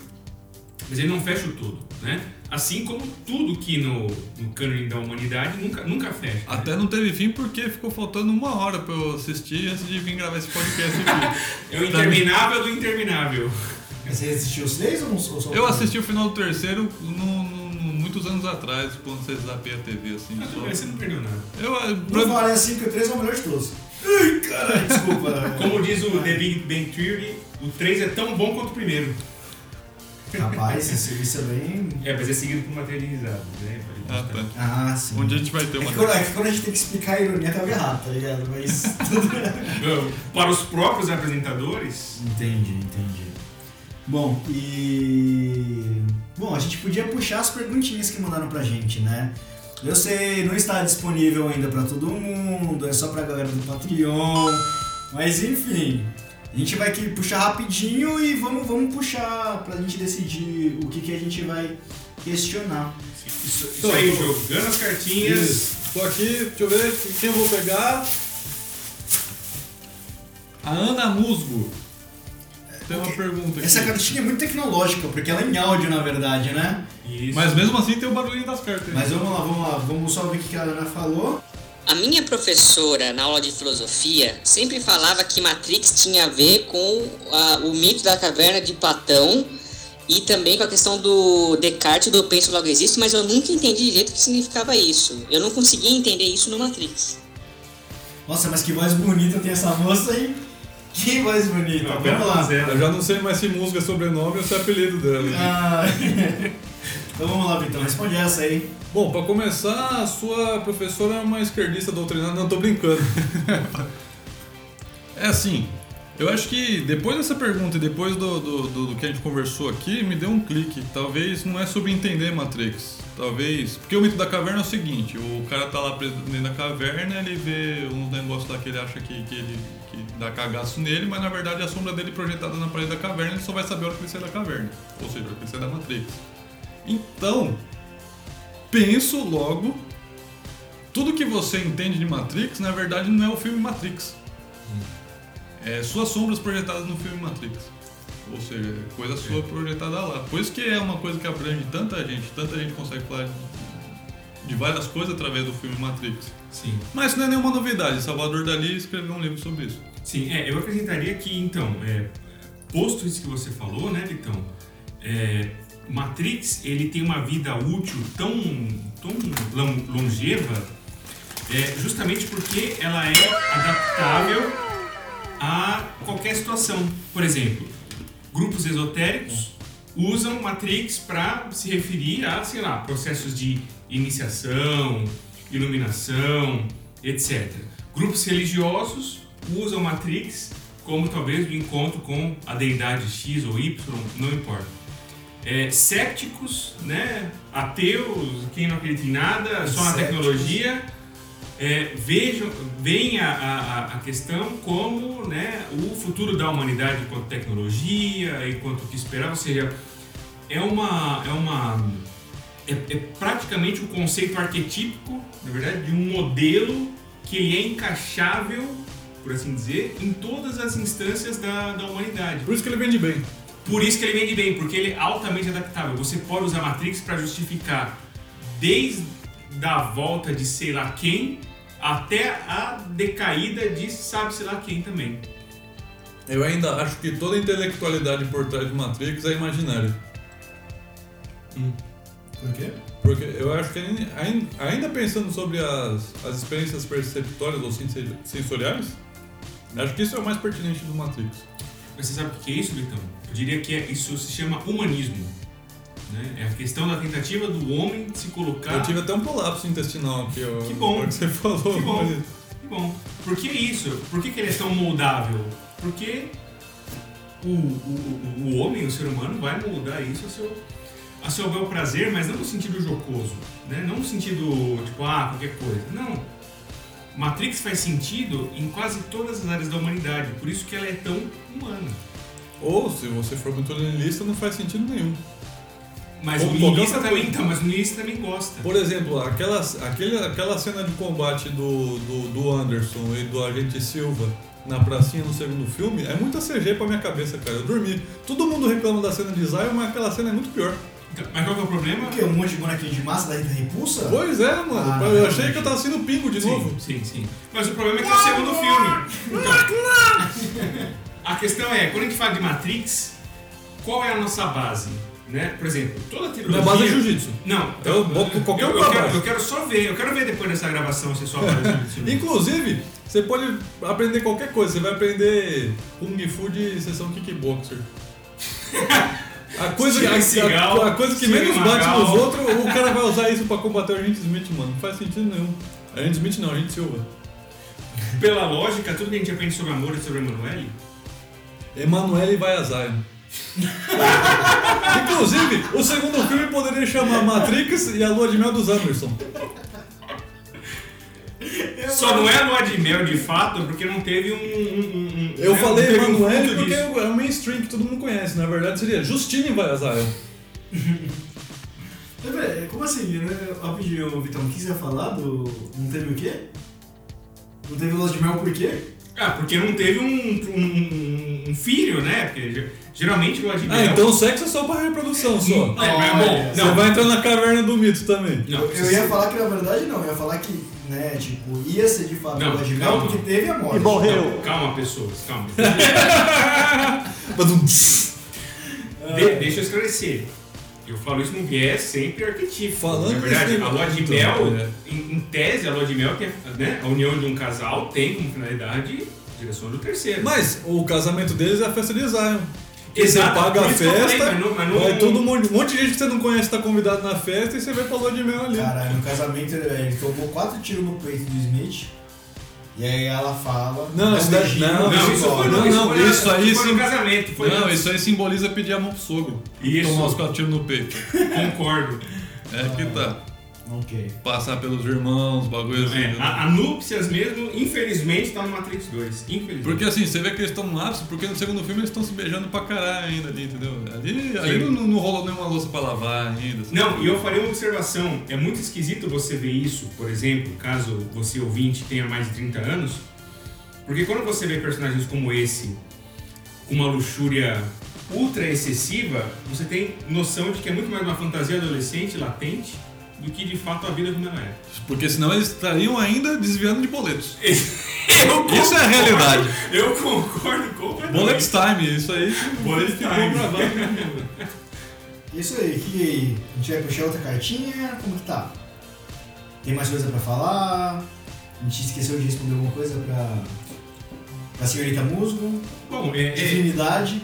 [SPEAKER 6] mas ele não fecha o todo, né? Assim como tudo que no, no cânone da humanidade nunca, nunca fecha. né?
[SPEAKER 5] Até não teve fim porque ficou faltando uma hora pra eu assistir antes de vir gravar esse podcast aqui.
[SPEAKER 6] É o interminável do interminável.
[SPEAKER 4] Você assistiu os três ou não- ou só o
[SPEAKER 5] Eu
[SPEAKER 4] primeiro?
[SPEAKER 5] assisti o final do terceiro no- no- no- muitos anos atrás, quando vocês zapeia a TV, assim.
[SPEAKER 6] Mas tudo bem,
[SPEAKER 5] Só.
[SPEAKER 6] você não perdeu nada.
[SPEAKER 5] Eu, eh,
[SPEAKER 4] Não
[SPEAKER 5] pra,
[SPEAKER 4] fala, é assim que o três é o melhor de todos. Ai, caralho, desculpa.
[SPEAKER 6] Como diz o The Big Bang Theory, o 3 é tão bom quanto o primeiro.
[SPEAKER 4] Rapaz, esse serviço é bem.
[SPEAKER 6] É, mas é seguido por materializado, né?
[SPEAKER 5] Ah, tá.
[SPEAKER 4] Ah, sim.
[SPEAKER 5] onde a gente vai ter
[SPEAKER 4] É
[SPEAKER 5] uma.
[SPEAKER 4] que, quando, é que quando a gente tem que explicar a ironia, tava errado, tá ligado? Mas.
[SPEAKER 5] tá.
[SPEAKER 6] Não, Então, Para os próprios apresentadores,
[SPEAKER 4] entendi, entendi. Bom, e. Bom, a gente podia puxar as perguntinhas que mandaram pra gente, né? Eu sei, não está disponível ainda pra todo mundo, é só pra galera do Patreon. Mas enfim, a gente vai aqui puxar rapidinho e vamos, vamos puxar pra gente decidir o que, que a gente vai questionar.
[SPEAKER 6] isso, isso aí, jogando as cartinhas.
[SPEAKER 5] Isso. Tô aqui, deixa eu ver quem eu vou pegar. A Ana Musgo. Tem uma pergunta aqui.
[SPEAKER 4] Essa cartinha é muito tecnológica, porque ela é em áudio, na verdade, né?
[SPEAKER 6] Isso.
[SPEAKER 5] Mas mesmo assim tem o barulhinho das cartas.
[SPEAKER 4] Mas vamos lá, vamos lá, vamos só ver o que que a Ana falou.
[SPEAKER 7] A minha professora, na aula de filosofia, sempre falava que Matrix tinha a ver com ah, o mito da caverna de Platão e também com a questão do Descartes do Eu penso logo existo, mas eu nunca entendi direito o que significava isso. Eu não conseguia entender isso no Matrix.
[SPEAKER 4] Nossa, mas que voz bonita tem essa moça aí. Que voz bonita,
[SPEAKER 6] Não,
[SPEAKER 4] vamos lá.
[SPEAKER 6] zero.
[SPEAKER 5] Eu já não sei mais se Musgo é sobrenome ou se é apelido dela.
[SPEAKER 4] Ah, então vamos lá, Vitão, responde essa aí.
[SPEAKER 5] Bom, pra começar, a sua professora é uma esquerdista doutrinada, não tô brincando. é assim, eu acho que depois dessa pergunta e depois do, do, do- do que a gente conversou aqui, me deu um clique. Talvez não é sobre entender Matrix. Talvez. Porque o mito da caverna é o seguinte: o cara tá lá preso dentro da caverna, ele vê um negócio lá que ele acha que, que ele que dá cagaço nele, mas na verdade a sombra dele projetada na parede da caverna, ele só vai saber a hora que ele sai da caverna. Ou seja, a hora que ele sai da Matrix. Então, penso logo. Tudo que você entende de Matrix, na verdade, não é o filme Matrix. É suas sombras projetadas no filme Matrix. Ou seja, é coisa sua projetada lá. Por isso que é uma coisa que abrange tanta gente, tanta gente consegue falar de várias coisas através do filme Matrix.
[SPEAKER 6] Sim.
[SPEAKER 5] Mas isso não é nenhuma novidade, Salvador Dali escreveu um livro sobre isso.
[SPEAKER 6] Sim, é, eu acrescentaria que, então, é, posto isso que você falou, né, Vitão, é, Matrix ele tem uma vida útil tão, tão lon- longeva é, justamente porque ela é adaptável a qualquer situação. Por exemplo, grupos esotéricos usam Matrix para se referir a, sei lá, processos de iniciação, iluminação, etc. Grupos religiosos usam Matrix como talvez o encontro com a deidade X ou Y, não importa. É, céticos, né? ateus, quem não acredita em nada, só
[SPEAKER 4] Céticos.
[SPEAKER 6] na tecnologia, é, vejam, veem a, a- a- a questão como né, o futuro da humanidade enquanto tecnologia, enquanto o que esperar, ou seja, é uma. É uma é, é praticamente um conceito arquetípico, na verdade, de um modelo que ele é encaixável, por assim dizer, em todas as instâncias da, da humanidade.
[SPEAKER 5] Por isso que ele vende bem.
[SPEAKER 6] Por isso que ele vende bem, porque ele é altamente adaptável. Você pode usar Matrix para justificar desde a volta de sei lá quem até a decaída de sabe-se lá quem também.
[SPEAKER 5] Eu ainda acho que toda a intelectualidade por trás de Matrix é imaginária.
[SPEAKER 6] Hum.
[SPEAKER 4] Por quê?
[SPEAKER 5] Porque eu acho que ain- ain- ainda pensando sobre as, as experiências perceptórias ou sensi- sensoriais,
[SPEAKER 6] Hum.
[SPEAKER 5] acho que isso é o mais pertinente do Matrix.
[SPEAKER 6] Mas você sabe o que é isso, Vitão? Eu diria que é- isso se chama humanismo. né? É a questão da tentativa do homem de se colocar.
[SPEAKER 5] Eu tive até um colapso intestinal aqui. ó,
[SPEAKER 6] Ah. Que bom.
[SPEAKER 5] agora Que você falou.
[SPEAKER 6] Que bom.
[SPEAKER 5] mas-
[SPEAKER 6] Que bom. Por que isso? Por que, que ele é tão moldável? Porque o, o, o- o homem, o ser humano, vai moldar isso a seu, a seu bel prazer, mas não no sentido jocoso, né? Não no sentido, tipo, ah, qualquer coisa. Não. Matrix faz sentido em quase todas as áreas da humanidade, por isso que ela é tão humana.
[SPEAKER 5] Ou se você for muito niilista, não faz sentido nenhum.
[SPEAKER 6] Mas
[SPEAKER 5] Ou
[SPEAKER 6] o
[SPEAKER 5] qualquer
[SPEAKER 6] niilista
[SPEAKER 5] outra
[SPEAKER 6] também,
[SPEAKER 5] coisa.
[SPEAKER 6] então, mas o niilista também gosta.
[SPEAKER 5] Por exemplo, aquela, aquele, aquela cena de combate do, do, do Anderson e do agente Silva na pracinha no segundo filme é muita CG pra minha cabeça, cara. Eu dormi. Todo mundo reclama da cena de Zion, mas aquela cena é muito pior.
[SPEAKER 6] Então, Mas qual que é o problema?
[SPEAKER 4] Por quê? Um monte de bonequinho de massa daí da repulsa?
[SPEAKER 5] Pois é, mano.
[SPEAKER 4] Ah,
[SPEAKER 5] eu achei que eu tava sendo pingo de
[SPEAKER 6] Sim,
[SPEAKER 5] novo.
[SPEAKER 6] sim, sim. Mas o problema é que é o segundo filme. Então, a questão é, quando a gente fala de Matrix, qual é a nossa base? Né? Por exemplo, toda a trilogia...
[SPEAKER 5] Minha base é jiu-jitsu.
[SPEAKER 6] Não.
[SPEAKER 5] Eu boto qualquer
[SPEAKER 6] eu,
[SPEAKER 5] um
[SPEAKER 6] eu,
[SPEAKER 5] pra
[SPEAKER 6] quero,
[SPEAKER 5] baixo.
[SPEAKER 6] eu quero só ver, eu quero ver depois dessa gravação se é só base de jiu-jitsu.
[SPEAKER 5] Inclusive, você pode aprender qualquer coisa. Você vai aprender Kung Fu de sessão kickboxer. A coisa, que- a-
[SPEAKER 6] Cigal,
[SPEAKER 5] a, a coisa que
[SPEAKER 6] Steven
[SPEAKER 5] menos bate
[SPEAKER 6] Magal.
[SPEAKER 5] nos outros, o cara vai usar isso pra combater o Agente Smith, mano. Não faz sentido nenhum. Agente Smith não, Agente Silva.
[SPEAKER 6] Pela lógica, tudo que a gente aprende sobre amor e sobre Emanuele,
[SPEAKER 5] Emanuele vai a Zion. Inclusive, o segundo filme poderia chamar Matrix e a Lua de Mel dos Anderson.
[SPEAKER 6] só não é lua de mel de fato, porque não teve um... um- um- um-
[SPEAKER 5] Eu
[SPEAKER 6] né? Não
[SPEAKER 5] falei
[SPEAKER 6] teve um
[SPEAKER 5] Emanuele
[SPEAKER 6] fruto
[SPEAKER 5] porque
[SPEAKER 6] disso.
[SPEAKER 5] é um mainstream que todo mundo conhece. Na verdade, seria Justine vai a Zion.
[SPEAKER 4] Mas, pera, Como assim? né? Rapidinho, ô, Vitão, o que você ia falar do. Não teve o quê? Não teve lua de mel por quê?
[SPEAKER 6] Ah, porque não teve um, um- um- um filho, né? Porque ge- geralmente lua de mel...
[SPEAKER 5] Ah, então sexo é só pra reprodução só.
[SPEAKER 6] É, mas, bom,
[SPEAKER 5] Você
[SPEAKER 6] não,
[SPEAKER 5] vai entrar na caverna do mito também.
[SPEAKER 6] Não,
[SPEAKER 4] eu, eu ia falar que na verdade não, eu ia falar que, né, tipo, ia ser de fato
[SPEAKER 6] Não,
[SPEAKER 4] lua de mel
[SPEAKER 6] calma.
[SPEAKER 4] porque teve a morte.
[SPEAKER 6] Não, calma, pessoas, calma.
[SPEAKER 5] Mas um
[SPEAKER 6] De- deixa eu esclarecer. Eu falo isso num viés sempre arquetípico.
[SPEAKER 5] Falando
[SPEAKER 6] Na verdade,
[SPEAKER 5] desse
[SPEAKER 6] a lua de
[SPEAKER 5] momento,
[SPEAKER 6] mel,
[SPEAKER 5] né?
[SPEAKER 6] em, em tese, a lua de mel, que é né, a união de um casal, tem como finalidade a direção do terceiro.
[SPEAKER 5] Mas o casamento deles é a festa de Zion. você
[SPEAKER 6] Exato,
[SPEAKER 5] paga
[SPEAKER 6] por
[SPEAKER 5] a
[SPEAKER 6] isso que eu falei,
[SPEAKER 5] festa,
[SPEAKER 6] mas não- mas não-
[SPEAKER 5] vai todo mundo, um monte de gente que você não conhece tá convidado na festa e você vai pra lua de mel ali.
[SPEAKER 4] Caralho, no casamento ele ele tomou quatro tiros no peito do Smith. E aí ela fala.
[SPEAKER 5] Não, isso
[SPEAKER 4] dá
[SPEAKER 5] daí- não,
[SPEAKER 6] não, isso foi no,
[SPEAKER 5] não, não,
[SPEAKER 6] foi na-
[SPEAKER 8] isso aí
[SPEAKER 6] foi
[SPEAKER 8] sim-
[SPEAKER 6] no casamento. Foi
[SPEAKER 8] Não,
[SPEAKER 6] antes.
[SPEAKER 8] isso aí simboliza pedir a mão pro sogro.
[SPEAKER 6] Isso.
[SPEAKER 8] Tomar os quatro tiros no peito.
[SPEAKER 6] Concordo.
[SPEAKER 8] É que tá.
[SPEAKER 4] Ok.
[SPEAKER 8] Passar pelos irmãos, bagulho assim.
[SPEAKER 6] É,
[SPEAKER 8] né?
[SPEAKER 6] a, a núpcias mesmo, infelizmente, tá no Matrix 2. Infelizmente.
[SPEAKER 8] Porque assim, você vê que eles estão no ápice, porque no segundo filme eles estão se beijando pra caralho ainda ali, entendeu? Ali, ali não, não rolou nenhuma louça pra lavar ainda. assim.
[SPEAKER 6] Não, e eu farei uma observação. É muito esquisito você ver isso, por exemplo, caso você ouvinte tenha mais de 30 anos, porque quando você vê personagens como esse, com uma luxúria ultra excessiva, você tem noção de que é muito mais uma fantasia adolescente, latente, do que de fato a vida como ela é.
[SPEAKER 8] Porque senão eles estariam ainda desviando de boletos.
[SPEAKER 6] Eu
[SPEAKER 8] Isso é a realidade.
[SPEAKER 6] Eu concordo completamente.
[SPEAKER 8] Boletos time, isso aí.
[SPEAKER 6] Boletos
[SPEAKER 8] ficou
[SPEAKER 6] time.
[SPEAKER 8] gravado.
[SPEAKER 4] E Isso aí, que a gente vai puxar outra cartinha, como que tá? Tem mais coisa pra falar? A gente esqueceu de responder alguma coisa pra, pra senhorita Musgo?
[SPEAKER 6] Bom, é, é,
[SPEAKER 4] Divinidade?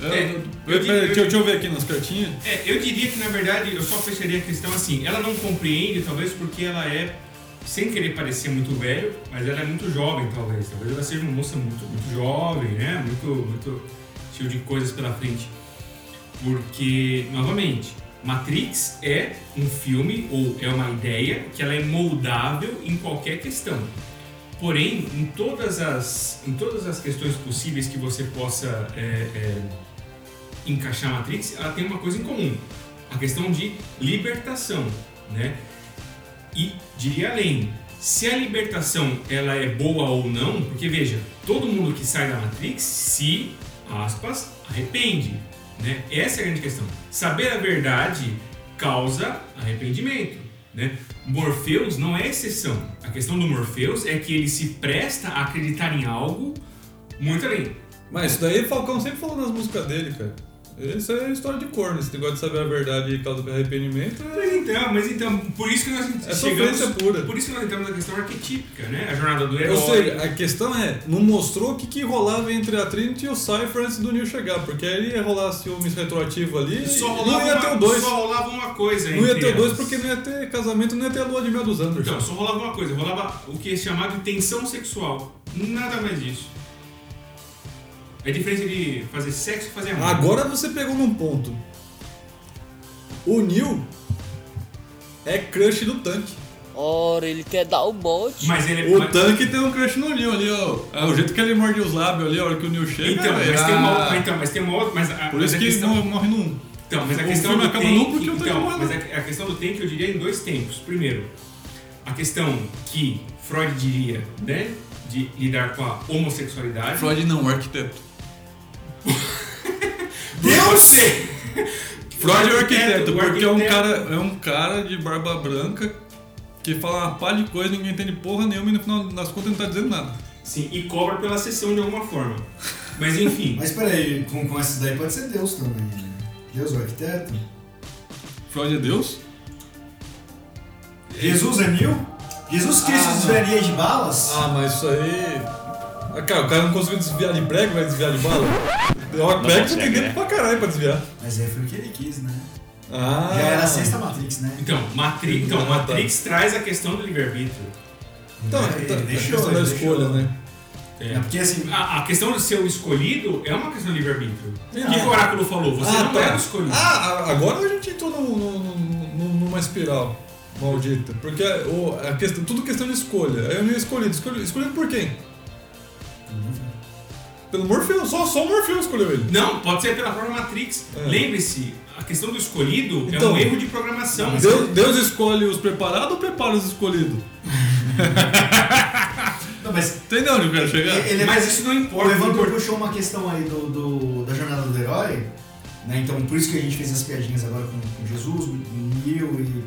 [SPEAKER 5] Eu-
[SPEAKER 6] É.
[SPEAKER 5] eu-
[SPEAKER 9] Eu, pera, deixa, eu- deixa eu ver aqui nas cartinhas.
[SPEAKER 6] É, eu diria que na verdade eu só fecharia a questão assim. Ela não compreende, talvez porque ela é, sem querer parecer muito velho, mas ela é muito jovem, talvez. Talvez ela seja uma moça muito, muito jovem, né? Muito, muito cheio de coisas pela frente. Porque, novamente, Matrix é um filme ou é uma ideia que ela é moldável em qualquer questão. Porém, em todas as, em todas as questões possíveis que você possa é, é, encaixar a Matrix, ela tem uma coisa em comum, a questão de libertação, né? E diria além, se a libertação ela é boa ou não, porque veja, todo mundo que sai da Matrix se, aspas, arrepende, né? Essa é a grande questão. Saber a verdade causa arrependimento, né? Morpheus não é exceção. A questão do Morpheus é que ele se presta a acreditar em algo muito além.
[SPEAKER 9] Mas isso daí o Falcão sempre falou nas músicas dele, cara. Isso é história de corno, esse negócio de saber a verdade e causa arrependimento. é-
[SPEAKER 6] Mas então, mas então, por isso que nós
[SPEAKER 9] É
[SPEAKER 6] chegamos...
[SPEAKER 9] sofrência pura.
[SPEAKER 6] Por isso que nós entramos na questão arquetípica, né? A jornada do herói.
[SPEAKER 9] Ou seja, a questão é, não mostrou o que, que rolava entre a Trinity e o Cypher antes do Neil chegar, porque aí ia rolar ciúmes retroativo ali
[SPEAKER 6] só
[SPEAKER 9] e
[SPEAKER 6] rolava,
[SPEAKER 9] não ia
[SPEAKER 6] uma,
[SPEAKER 9] ter o dois.
[SPEAKER 6] só rolava uma coisa
[SPEAKER 9] Não ia
[SPEAKER 6] entre
[SPEAKER 9] ter o dois
[SPEAKER 6] elas.
[SPEAKER 9] porque não ia ter casamento, não ia ter a lua de mel dos Anders.
[SPEAKER 6] Então, só rolava uma coisa. Rolava o que é chamado de tensão sexual. Nada mais disso. É a diferença de fazer sexo e fazer amor.
[SPEAKER 9] Agora você pegou num ponto. O Neil é crush do tanque.
[SPEAKER 10] Ora, ele quer dar o bote.
[SPEAKER 6] Mas ele é...
[SPEAKER 9] O
[SPEAKER 6] mas-
[SPEAKER 9] tanque tem um crush no Neil.
[SPEAKER 5] Neil ali, ó. É o jeito que ele morde os lábios ali, a hora que o Neil chega.
[SPEAKER 6] Então,
[SPEAKER 5] velho.
[SPEAKER 6] mas tem uma outra...
[SPEAKER 5] Ah,
[SPEAKER 6] Então, mas tem uma outra... Mas a,
[SPEAKER 5] Por
[SPEAKER 6] mas
[SPEAKER 5] isso
[SPEAKER 6] a
[SPEAKER 5] que
[SPEAKER 6] questão...
[SPEAKER 5] ele morre num.
[SPEAKER 6] Então, mas a
[SPEAKER 5] O
[SPEAKER 6] questão
[SPEAKER 5] filme
[SPEAKER 6] do
[SPEAKER 5] acaba
[SPEAKER 6] tank,
[SPEAKER 5] não porque eu tô
[SPEAKER 6] então,
[SPEAKER 5] demorando.
[SPEAKER 6] mas a, a questão do tank eu diria em dois tempos. Primeiro, a questão que Freud diria, né, de lidar com a homossexualidade.
[SPEAKER 5] Freud não, o arquiteto.
[SPEAKER 6] Você.
[SPEAKER 5] Freud é o arquiteto,
[SPEAKER 6] o
[SPEAKER 5] porque é um,
[SPEAKER 6] arquiteto.
[SPEAKER 5] cara, é um cara de barba branca que fala uma pá de coisa, ninguém entende porra nenhuma e no final das contas ele não tá dizendo nada.
[SPEAKER 6] Sim, e cobra pela sessão de alguma forma. Mas enfim.
[SPEAKER 4] Mas peraí, com, com essas daí pode ser Deus também, né? Deus é o arquiteto?
[SPEAKER 5] Freud é Deus?
[SPEAKER 4] Jesus é mil? Jesus Cristo
[SPEAKER 9] Ah,
[SPEAKER 4] desviaria de balas?
[SPEAKER 9] Ah, mas isso aí. Ah, cara, o cara não conseguiu desviar de prego, vai desviar de bala? O prego você tem dentro pra caralho pra desviar.
[SPEAKER 4] Mas aí foi o que ele quis, né?
[SPEAKER 9] Ah.
[SPEAKER 4] Já era a sexta Matrix, né?
[SPEAKER 6] Então, Matrix, então,
[SPEAKER 5] é
[SPEAKER 6] Matrix traz a questão do livre-arbítrio.
[SPEAKER 9] Então,
[SPEAKER 4] Ele
[SPEAKER 9] então,
[SPEAKER 4] deixou,
[SPEAKER 9] a questão da
[SPEAKER 4] ele
[SPEAKER 9] escolha,
[SPEAKER 4] deixou.
[SPEAKER 9] né?
[SPEAKER 4] É porque assim,
[SPEAKER 6] A, a questão de ser o escolhido é uma questão de livre-arbítrio. O
[SPEAKER 5] É.
[SPEAKER 6] que
[SPEAKER 9] Ah.
[SPEAKER 6] que o oráculo falou? Você
[SPEAKER 5] tá.
[SPEAKER 6] não era o escolhido.
[SPEAKER 9] tá. Ah, a- agora a gente entrou num- num- num- num- numa espiral maldita. Porque o- a questão, tudo questão de escolha. Aí eu não ia escolhido. Escolhido, escolhido por quem? Pelo Morfeu, só, só o Morfeu escolheu ele.
[SPEAKER 6] Não, pode ser pela forma Matrix.
[SPEAKER 9] É.
[SPEAKER 6] Lembre-se, a questão do escolhido é
[SPEAKER 9] Então,
[SPEAKER 6] um erro de programação.
[SPEAKER 9] Deus, Deus escolhe os preparados ou prepara os escolhidos?
[SPEAKER 4] não, mas
[SPEAKER 5] Entendeu onde eu quero chegar?
[SPEAKER 4] ele é
[SPEAKER 6] Mas isso não
[SPEAKER 4] O
[SPEAKER 6] importa.
[SPEAKER 4] Evandro puxou uma questão aí do, do- da jornada do herói, né? Então por isso que a gente fez as piadinhas agora com, com Jesus, Neil e.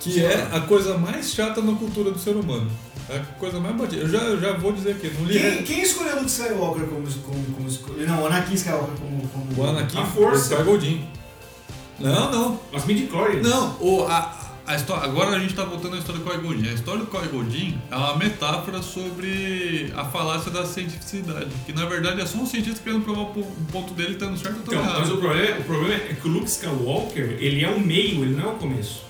[SPEAKER 9] Que é a coisa mais chata na cultura do ser humano. É a coisa mais batida. Eu já, eu já vou dizer aqui, não li.
[SPEAKER 5] é-
[SPEAKER 4] Quem, quem escolheu Luke Skywalker como. como, como esco- não, Anakin Skywalker como. como
[SPEAKER 9] O Anakin,
[SPEAKER 6] A força.
[SPEAKER 9] o Star Goldin. Não, não.
[SPEAKER 6] As midi-chlorians.
[SPEAKER 5] Não, o, a, a história, agora a gente tá voltando à história do Corey Goldin. A história do Corey Goldin é uma metáfora sobre a falácia da cientificidade, que na verdade é só um cientista querendo provar o po- o ponto dele estando certo ou
[SPEAKER 6] Então,
[SPEAKER 5] estando
[SPEAKER 6] mas o
[SPEAKER 5] errado.
[SPEAKER 6] problema, o problema é que o Luke Skywalker, ele é o meio, ele não é o começo.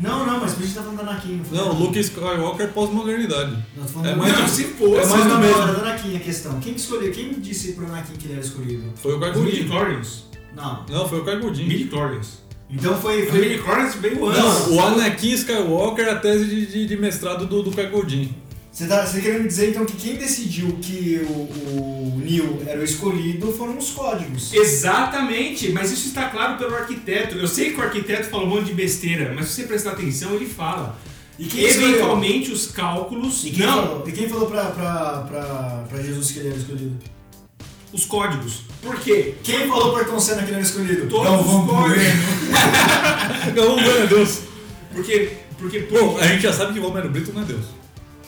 [SPEAKER 4] Não, não, É mas por isso que tá falando da Anakin.
[SPEAKER 9] Não, Luke
[SPEAKER 5] é
[SPEAKER 9] Skywalker pós-modernidade.
[SPEAKER 4] Não, tô falando
[SPEAKER 9] É
[SPEAKER 4] do-
[SPEAKER 9] mais
[SPEAKER 4] Não,
[SPEAKER 9] do-
[SPEAKER 4] se
[SPEAKER 9] é
[SPEAKER 4] fosse
[SPEAKER 9] mais do
[SPEAKER 4] na
[SPEAKER 9] mesmo.
[SPEAKER 4] hora da Anakin a questão. Quem que escolheu? Quem disse pro Anakin que ele era escolhido?
[SPEAKER 9] Foi o
[SPEAKER 6] Os
[SPEAKER 9] Cargodin.
[SPEAKER 6] midi-chlorians.
[SPEAKER 4] Não.
[SPEAKER 9] Não, foi o Cargodin.
[SPEAKER 6] Midi-chlorians.
[SPEAKER 4] Então foi.
[SPEAKER 6] Os
[SPEAKER 4] foi...
[SPEAKER 6] midi-chlorians veio antes.
[SPEAKER 9] Não, o Anakin Skywalker é a tese de, de- de mestrado do, do Cargodin.
[SPEAKER 4] Você tá, você querendo me dizer então que quem decidiu que o, o Neil era o escolhido foram os códigos.
[SPEAKER 6] Exatamente, mas isso está claro pelo arquiteto. Eu sei que o arquiteto fala um monte de besteira, mas se você prestar atenção, ele fala.
[SPEAKER 4] E quem escolheu?
[SPEAKER 6] Eventualmente os cálculos.
[SPEAKER 4] E quem
[SPEAKER 6] Não,
[SPEAKER 4] falou, e quem falou pra, pra, pra, pra Jesus que ele era escolhido?
[SPEAKER 6] os códigos. Por quê?
[SPEAKER 4] Quem falou pra Tom Senna que ele era escolhido?
[SPEAKER 6] Todos
[SPEAKER 4] Galvão
[SPEAKER 6] os códigos.
[SPEAKER 4] Bueno.
[SPEAKER 5] Então,
[SPEAKER 9] Galvão Bueno é Deus.
[SPEAKER 6] Porque. Porque.
[SPEAKER 9] Bom,
[SPEAKER 6] porque
[SPEAKER 9] a gente já sabe que Romero Brito não é Deus.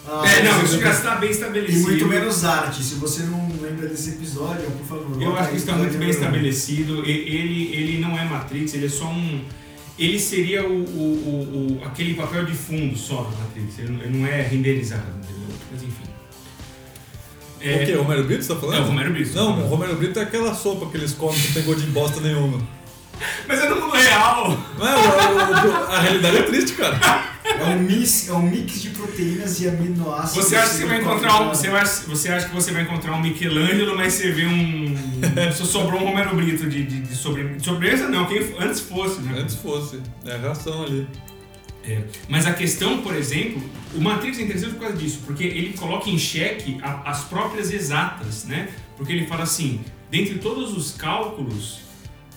[SPEAKER 4] Ah,
[SPEAKER 6] é, não,
[SPEAKER 4] mas-
[SPEAKER 6] isso já está bem
[SPEAKER 4] E
[SPEAKER 6] estabelecido.
[SPEAKER 4] muito menos arte. Se você não lembra desse episódio, por favor.
[SPEAKER 6] Eu
[SPEAKER 4] volta
[SPEAKER 6] acho que
[SPEAKER 4] aí,
[SPEAKER 6] isso está muito bem
[SPEAKER 4] episódio número um.
[SPEAKER 6] estabelecido. E- Ele, ele não é Matrix, ele é só um. Ele seria o, o- o- o- aquele papel de fundo só na Matrix. Ele não- ele não é renderizado, entendeu? Mas enfim.
[SPEAKER 5] O que? O Romero Brito você tá falando?
[SPEAKER 6] É, o Romero Brito.
[SPEAKER 5] Não, o Romero Brito é aquela sopa que eles comem que não tem gosto de bosta nenhuma.
[SPEAKER 6] Mas é no mundo real!
[SPEAKER 5] Não é, o- o- o- a realidade é triste, cara.
[SPEAKER 4] É um mix, é um mix de proteínas e aminoácidos.
[SPEAKER 6] Você acha que você vai encontrar um, você, acha, você acha que você vai encontrar um Michelangelo, mas você vê um. Só sobrou um Romero Brito de, de, de sobre- de sobremesa. não, quem f- antes fosse, né?
[SPEAKER 5] Antes fosse. É a ração ali.
[SPEAKER 6] É. Mas a questão, por exemplo, o Matrix é interessante por causa disso, porque ele coloca em xeque a- as próprias exatas, né? Porque ele fala assim, dentre todos os cálculos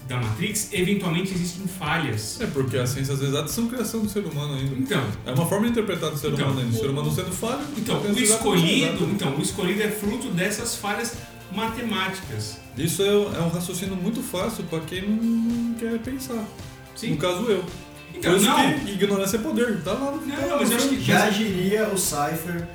[SPEAKER 6] da Matrix, eventualmente existem falhas.
[SPEAKER 5] É porque as ciências exatas são criação do ser humano ainda.
[SPEAKER 6] Então,
[SPEAKER 5] É uma forma de interpretar do ser
[SPEAKER 6] Então,
[SPEAKER 5] humano ainda. O ser humano sendo falho. tá
[SPEAKER 6] então
[SPEAKER 5] as
[SPEAKER 6] o
[SPEAKER 5] ciências exatas são
[SPEAKER 6] escolhido,
[SPEAKER 5] exatas.
[SPEAKER 6] então, o escolhido é fruto dessas falhas matemáticas.
[SPEAKER 5] Isso é, um- é um raciocínio muito fácil pra quem não quer pensar.
[SPEAKER 6] Sim.
[SPEAKER 5] No caso, eu.
[SPEAKER 6] Então,
[SPEAKER 5] Por isso
[SPEAKER 6] não.
[SPEAKER 5] que ignorância é poder. Tá lá no
[SPEAKER 6] Não, mas eu acho que
[SPEAKER 4] Já diria o Cypher.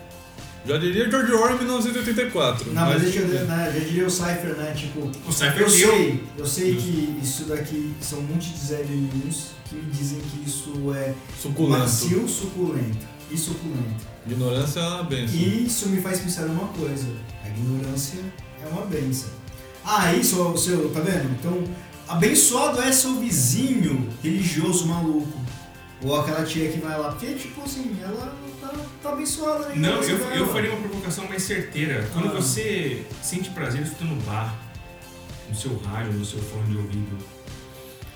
[SPEAKER 5] Já diria George Orwell em 1984.
[SPEAKER 4] Não, mas deixa eu ver, né? Já diria o Cypher, né? Tipo,
[SPEAKER 6] o Cypher
[SPEAKER 4] eu
[SPEAKER 6] deu. Hum.
[SPEAKER 4] sei, eu sei que isso daqui são um monte de Zé Lilius que me dizem que isso é
[SPEAKER 5] Suculento.
[SPEAKER 4] macio, suculento e suculento.
[SPEAKER 5] Ignorância é uma benção.
[SPEAKER 4] E isso me faz pensar uma coisa: a ignorância é uma benção. Ah, isso é o seu, tá vendo? Então, abençoado é seu vizinho religioso maluco. Ou aquela tia que vai lá, porque, tipo assim, ela tá, tá abençoada, né?
[SPEAKER 6] Não,
[SPEAKER 4] Ignorância
[SPEAKER 6] eu,
[SPEAKER 4] dela.
[SPEAKER 6] eu faria uma provocação mais certeira. Quando
[SPEAKER 4] Ah.
[SPEAKER 6] você sente prazer escutando um bar, no seu rádio, no seu fone de ouvido,